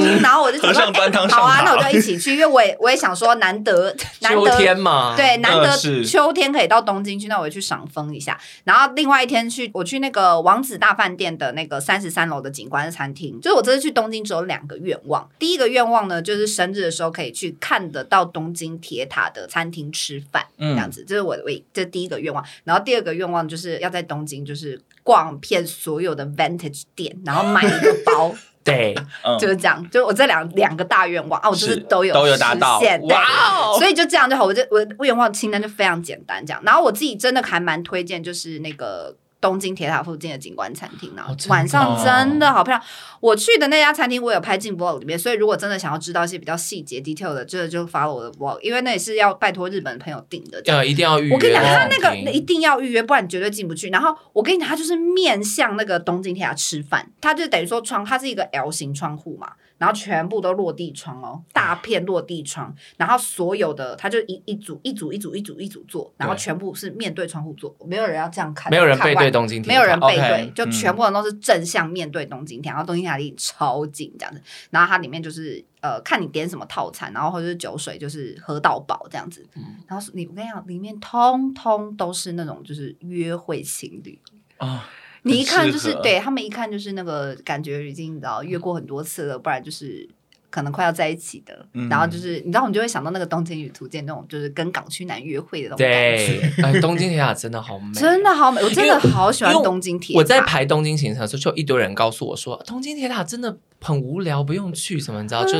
Speaker 3: 枫，
Speaker 2: 然后我就想
Speaker 1: 和
Speaker 2: 说
Speaker 1: 尚端汤上
Speaker 2: 好啊，那我
Speaker 1: 塔
Speaker 2: 就一起去，因为我也我也想说难得难
Speaker 3: 秋
Speaker 2: 得
Speaker 3: 天嘛，
Speaker 2: 对难得
Speaker 1: 嗯是
Speaker 2: 秋天可以到东京去，那我就去赏枫一下。然后另外一天去我去那个王子大饭店的那个三十三楼的景观餐厅，就是我这次去东京只有两个愿望。第一个愿望呢，就是生日的时候可以去看得到东京铁塔的餐厅吃饭，
Speaker 1: 嗯
Speaker 2: 这样子，这是我我这第一个愿望。然后第二个愿望就是要在东京就是逛遍所有的 vintage 店，然后买一个
Speaker 1: (laughs)
Speaker 2: 包。
Speaker 3: 对，
Speaker 1: 嗯，
Speaker 2: 就是这样，就我这两两个大愿望啊，我就是
Speaker 1: 是
Speaker 2: 都有
Speaker 1: 都有达
Speaker 2: 实
Speaker 1: 到
Speaker 2: 现，对
Speaker 1: 哇哦
Speaker 2: 所以就这样就好，我这我的愿望清单就非常简单这样。然后我自己真的还蛮推荐，就是那个。东京铁塔附近的景观餐厅，然后
Speaker 3: 哦真的
Speaker 2: 晚上
Speaker 1: 哦
Speaker 2: 真的好漂亮。我去的那家餐厅，我有拍进 vlog 里面，所以如果真的想要知道一些比较细节 detail 的，这个就 follow 我的 vlog，因为那也是要拜托日本朋友订的。这样。
Speaker 3: 呃，一定要预约。
Speaker 2: 我跟你讲，他那个
Speaker 3: 对
Speaker 2: 一定要预约，不然你绝对进不去。然后我跟你讲，他就是面向那个东京铁塔吃饭，他就等于说窗，它是一个 L 型窗户嘛，然后全部都落地窗哦，大片落地窗，然后所有的他就一一组一组一组一组一组坐，然后
Speaker 3: 对
Speaker 2: 全部是面对窗户坐，没有人要这样看，
Speaker 3: 没有人
Speaker 2: 看
Speaker 3: 背
Speaker 2: 外
Speaker 3: 对
Speaker 2: 面
Speaker 3: 东京铁塔，
Speaker 2: 没有人背对
Speaker 1: OK，
Speaker 2: 就
Speaker 1: 嗯
Speaker 2: 全部人都是正向面对东京铁塔，然后东京铁塔离超近这样子，然后它里面就是呃，看你点什么套餐，然后或者是酒水就是喝到饱这样子，
Speaker 1: 嗯
Speaker 2: 然后你我跟你讲，里面通通都是那种就是约会情侣。
Speaker 1: 啊，
Speaker 2: 你一看
Speaker 1: 很
Speaker 2: 就是
Speaker 1: 适合
Speaker 2: 对他们一看就是那个感觉已经你知道约过很多次了，不然就是可能快要在一起的，
Speaker 1: 嗯
Speaker 2: 然后就是你知道，你就会想到那个《东京与图鉴》那种，就是跟港区男约会的那种感觉，(laughs)
Speaker 3: 对，哎，东京铁塔真的好美，
Speaker 2: 真的。好美，我真的好喜欢东京铁塔。
Speaker 3: 我在排东京行程的时候，就有一堆人告诉我说，东京铁塔真的很无聊，不用去什么，你知道？就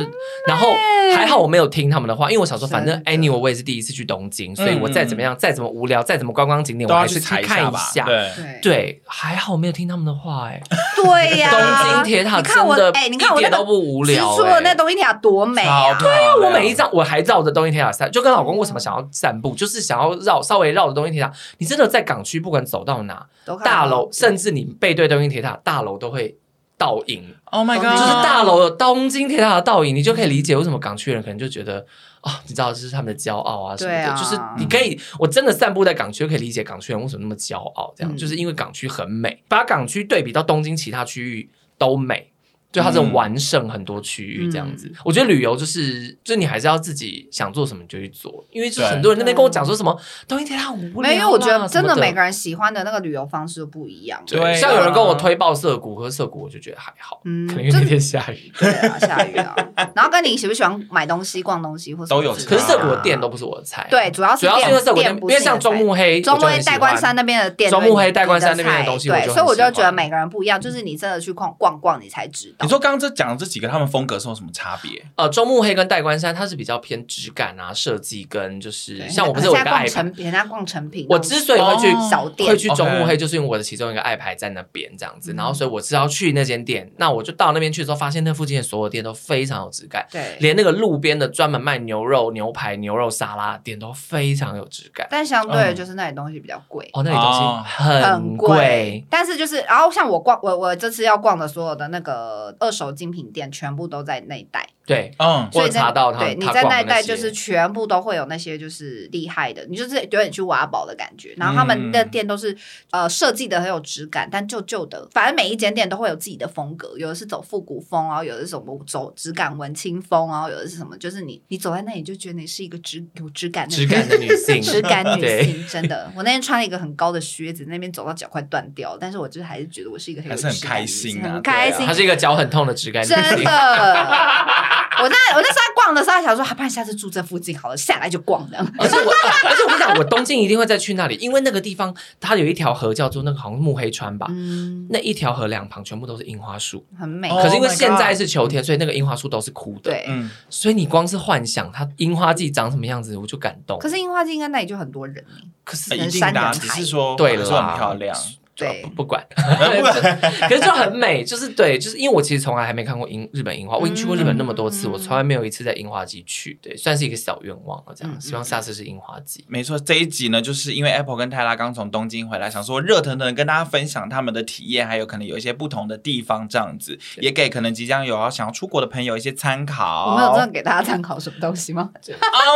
Speaker 3: 然后还好我没有听他们的话，因为我想说，反正 anyway 我也是第一次去东京，所以我再怎么
Speaker 2: 嗯
Speaker 3: 样，再怎么无聊，再怎么观光景点，
Speaker 1: 都
Speaker 3: 我
Speaker 1: 要
Speaker 3: 还
Speaker 1: 去
Speaker 3: 是
Speaker 1: 踩
Speaker 3: 去看
Speaker 1: 吧，
Speaker 3: 下。
Speaker 1: 对，
Speaker 2: 对
Speaker 3: 对，还好没有听他们的话，哎，
Speaker 2: 对呀、
Speaker 3: 东京铁塔
Speaker 2: 你看我
Speaker 3: 真的
Speaker 2: 哎、你看我
Speaker 3: 一
Speaker 2: 那
Speaker 3: 点
Speaker 2: 个
Speaker 3: 都不无聊
Speaker 2: 直出的
Speaker 3: 哎
Speaker 2: 那东京铁塔多美啊！
Speaker 1: 对啊，
Speaker 3: 我每一张我还绕着东京铁塔散，就跟老公为什么想要散步，就是想要绕稍微绕着东京铁塔。你真的在港区，不管走到哪，
Speaker 2: 都看到
Speaker 3: 大楼甚至你背对东京铁塔，大楼都会倒影，
Speaker 1: ，Oh my
Speaker 2: 就
Speaker 3: 就
Speaker 1: god，
Speaker 3: 是大楼有东京铁塔的倒影，你就可以理解为什么港区人可能就觉得啊，你知道这是他们的骄傲啊什么
Speaker 2: 对
Speaker 3: 的。
Speaker 2: 啊
Speaker 3: 就是你可以，我真的散步在港区，可以理解港区人为什么那么骄傲，啊这样、
Speaker 2: 嗯
Speaker 3: 就是因为港区很美，把港区对比到东京其他区域都美。就它是完胜很多区
Speaker 2: 嗯
Speaker 3: 域这样子，我觉得旅游就是，就是你还是要自己想做什么你就去做，因为就是很多人在那边跟我讲说什么东京铁塔很无聊啊，
Speaker 2: 啊没有，因为我觉得真
Speaker 3: 什么
Speaker 2: 的
Speaker 3: 的
Speaker 2: 每个人喜欢的那个旅游方式都不一样。啊
Speaker 1: 对
Speaker 3: 对，啊像有人跟我推爆涩谷，可是涩谷我就觉得还好，
Speaker 2: 嗯
Speaker 3: 可能因为那天下雨。
Speaker 2: 对啊，下雨啊，然后跟你喜不喜欢买东西、逛东西或什么
Speaker 1: 都有
Speaker 2: 之类
Speaker 3: 可
Speaker 2: 的啊
Speaker 3: 是涩
Speaker 1: 这
Speaker 3: 谷
Speaker 1: 我
Speaker 3: 的店都不是我的菜，
Speaker 2: 对，，主要是
Speaker 3: 主要是因为涩
Speaker 2: 店店
Speaker 3: 谷那边，
Speaker 2: 不
Speaker 3: 因
Speaker 2: 是
Speaker 3: 为像
Speaker 2: 你的
Speaker 3: 中
Speaker 2: 菜
Speaker 3: 目黑，
Speaker 2: 中
Speaker 3: 我就
Speaker 2: 目
Speaker 3: 很
Speaker 2: 黑
Speaker 3: 喜欢
Speaker 2: 代官山那边的店，
Speaker 3: 中目黑代官山那边的
Speaker 2: 的
Speaker 3: 东西我
Speaker 2: 对，
Speaker 3: 就很
Speaker 2: 所以我就
Speaker 3: 喜欢
Speaker 2: 觉得每个人不一样，就是你真的去逛逛逛，你才知道
Speaker 1: 你。说刚刚这讲的这几个，他们风格是有什么差别？
Speaker 3: 呃中目黑跟代官山，它是比较偏质感啊、设计跟就是
Speaker 2: 对
Speaker 3: 像我不是有
Speaker 2: 人
Speaker 3: 一
Speaker 2: 家
Speaker 3: 个爱
Speaker 2: 逛
Speaker 3: 牌，
Speaker 2: 成品，人家逛成品，
Speaker 3: 我之所以会去
Speaker 1: 哦
Speaker 2: 小
Speaker 3: 会
Speaker 2: 店，
Speaker 3: 去中目
Speaker 1: OK
Speaker 3: 黑，就是因为我的其中一个爱牌在那边这样子，
Speaker 2: 嗯
Speaker 3: 然后所以我是要去那间店，那我就到那边去的时候，发现那附近的所有店都非常有质感。
Speaker 2: 对。
Speaker 3: 连那个路边的专门卖牛肉、牛排、牛肉沙拉的店都非常有质感。
Speaker 2: 但相对的
Speaker 1: 嗯
Speaker 2: 就是那里东西比较贵，
Speaker 3: 哦，那里东
Speaker 1: 哦
Speaker 3: 西很
Speaker 2: 很
Speaker 3: 贵
Speaker 2: 贵。。但是就是，然后像我逛，我我这次要逛的所有的那个二手精品店，全部都在那一带。
Speaker 3: 对，
Speaker 1: 嗯，
Speaker 3: 我
Speaker 2: 所以
Speaker 3: 有查到他
Speaker 2: 对，
Speaker 3: 他
Speaker 2: 你在
Speaker 3: 逛的
Speaker 2: 那一带
Speaker 3: 些
Speaker 2: 就是全部都会有那些就是厉害的，你就是有点去挖宝的感觉。然后他们
Speaker 3: 嗯
Speaker 2: 的店都是、呃设计的很有质感，但旧旧的，反正每一间店都会有自己的风格，有的是走复古风啊，有的是什么走质感文青风啊，有的是什么，就是你你走在那里就觉得你是一个质有质感的
Speaker 3: 质
Speaker 2: 人
Speaker 3: 感的女
Speaker 2: (laughs)
Speaker 3: 性，
Speaker 2: 质感女
Speaker 3: 对。
Speaker 2: 性，真的。我那天穿了一个很高的靴子，那边走到脚快断掉，但是我就是还是觉得我是一个很有
Speaker 1: 还是很
Speaker 2: 质感的女
Speaker 1: 开
Speaker 2: 性
Speaker 1: 心啊
Speaker 2: 很
Speaker 1: 对啊
Speaker 2: 开心
Speaker 3: 她。是一个脚很痛的质感女
Speaker 2: 真的，
Speaker 3: 性，
Speaker 2: (laughs) 我那我那时候在逛的时候，还想说，还不然下次住这附近好了，下来就逛这样。
Speaker 3: 而且我， (laughs) 而且我跟你讲，我东京一定会再去那里，因为那个地方它有一条河叫做那个好像木黑川吧，
Speaker 2: 嗯，
Speaker 3: 那一条河两旁全部都是樱花树，
Speaker 2: 很美。
Speaker 1: 哦
Speaker 3: 可是因为
Speaker 1: my god
Speaker 3: 现在是秋天，所以那个樱花树都是枯的，
Speaker 2: 对，
Speaker 1: 嗯，
Speaker 3: 所以你光是幻想它樱花季长什么样子，我就感动。
Speaker 2: 可是樱花季应该那里就很多人欸。
Speaker 3: 可是
Speaker 1: 呃一
Speaker 2: 人
Speaker 1: 定
Speaker 2: 山
Speaker 1: 的啊，
Speaker 2: 人
Speaker 1: 只
Speaker 2: 海
Speaker 1: 是说
Speaker 3: 对
Speaker 1: 只
Speaker 3: 啦
Speaker 1: 是很漂亮，
Speaker 2: 对，
Speaker 3: 不
Speaker 1: (laughs)
Speaker 3: 管，可是就很美，就是对，就是因为我其实从来还没看过樱日本樱花，我已经去过日本那么多次，
Speaker 2: 嗯
Speaker 3: 我从来没有一次在樱花季去，对，算是一个小愿望了，这
Speaker 2: 嗯
Speaker 3: 样，
Speaker 2: 嗯
Speaker 3: 希望下次是樱花季。
Speaker 1: 没错，这一集呢，就是因为 Apple 跟泰拉刚从东京回来，想说热腾腾地跟大家分享他们的体验，还有可能有一些不同的地方，这样子也给可能即将有要想要出国的朋友一些参考。
Speaker 2: 我没有真的给大家参考什么东西吗？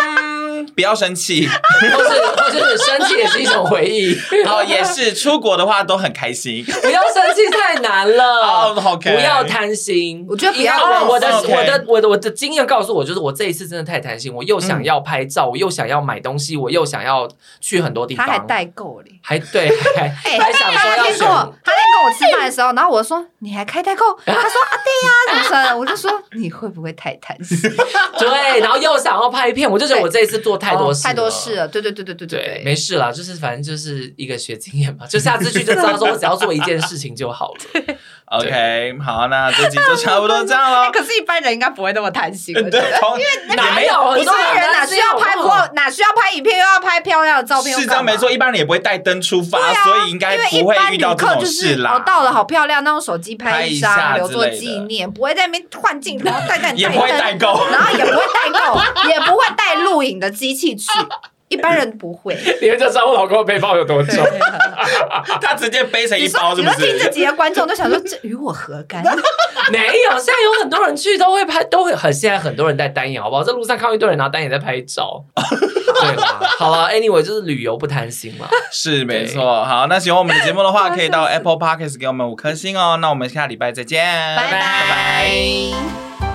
Speaker 1: 嗯， (laughs) 不要生气。
Speaker 3: 或是或是生气也是一种回忆，
Speaker 1: (laughs) 哦，也是，出国的话都很开心。
Speaker 3: 不要生气太难了。
Speaker 1: 哦，OK 哦
Speaker 3: 不要贪心。
Speaker 2: 我觉得不要
Speaker 3: 因为我我的
Speaker 1: 贪心
Speaker 3: 我的我的我的经验告诉我，就是我这一次真的太贪心，我又想
Speaker 2: 嗯
Speaker 3: 要拍照，我又想要买东西，我又想要去很多地
Speaker 2: 他
Speaker 3: 方，
Speaker 2: 还代购嘞。
Speaker 3: 还对，还
Speaker 2: 哎、
Speaker 3: 还想
Speaker 2: 他
Speaker 3: 说
Speaker 2: 那天
Speaker 3: 要
Speaker 2: 跟
Speaker 3: 选
Speaker 2: 我，他那天跟我吃饭的时候，然后我说你还开代购，他说啊对呀、怎么说的？我就说你会不会太贪心？ (laughs)
Speaker 3: 对，然后又想要拍片，我就觉得我这一次做太多事、
Speaker 2: 哦太多事。了，对对对对对
Speaker 3: 对
Speaker 2: 对，，
Speaker 3: 没事啦，就是反正就是一个学经验嘛，就下次去就知道说我只要做一件事情就好了。
Speaker 1: OK，好，那这集就差不多这样
Speaker 2: 哎
Speaker 1: 喽。
Speaker 2: 可是，一般人应该不会那么贪
Speaker 1: (laughs)
Speaker 2: 心。我觉
Speaker 1: 对
Speaker 2: 得，
Speaker 1: 同也
Speaker 3: 哪
Speaker 1: 没
Speaker 3: 有
Speaker 1: 不
Speaker 3: 很
Speaker 1: 是
Speaker 3: 多
Speaker 2: 一般人哪需要拍过，哪需要拍影片，又要拍漂亮的照片？
Speaker 1: 是
Speaker 2: 又
Speaker 1: 这
Speaker 2: 干
Speaker 1: 样
Speaker 2: 嘛
Speaker 1: 没错，一般人也不会带灯出发，
Speaker 2: 对啊
Speaker 1: 所以应该
Speaker 2: 因
Speaker 1: 不会
Speaker 2: 为一般
Speaker 1: 遇
Speaker 2: 旅
Speaker 1: 到这
Speaker 2: 客
Speaker 1: 种
Speaker 2: 就
Speaker 1: 事
Speaker 2: 是
Speaker 1: 啦。
Speaker 2: 哦，到了好漂亮，那用手机拍一
Speaker 1: 拍一下
Speaker 2: 张
Speaker 1: 之
Speaker 2: 留作
Speaker 1: 类的
Speaker 2: 纪念，不会在那边换镜头，带带
Speaker 1: (laughs) 也不会代购
Speaker 2: 然后也不会代购，也不会带录影的机器去，一般人不会。
Speaker 3: (laughs) 你们就知道我老公的背包有多重。
Speaker 1: 他直接背成
Speaker 2: 你
Speaker 1: (laughs) 一
Speaker 2: 说
Speaker 1: 包，是
Speaker 2: 你
Speaker 1: 不
Speaker 2: 说听这
Speaker 1: 是？
Speaker 2: 集的观众都想说，这与我何干？
Speaker 3: (laughs) 没有，现在有很多人去都会拍，都会很现在很多人带单眼，好不好？在路上看到一堆人拿单眼在拍 (laughs) 照。对啦，好了，anyway，就是旅游不贪心嘛。
Speaker 1: 是没错。好，那喜欢我们的节目的
Speaker 2: (laughs)
Speaker 1: 话，可以到 Apple Podcast 给我们五颗星哦。那我们下礼拜再见，
Speaker 2: 拜拜。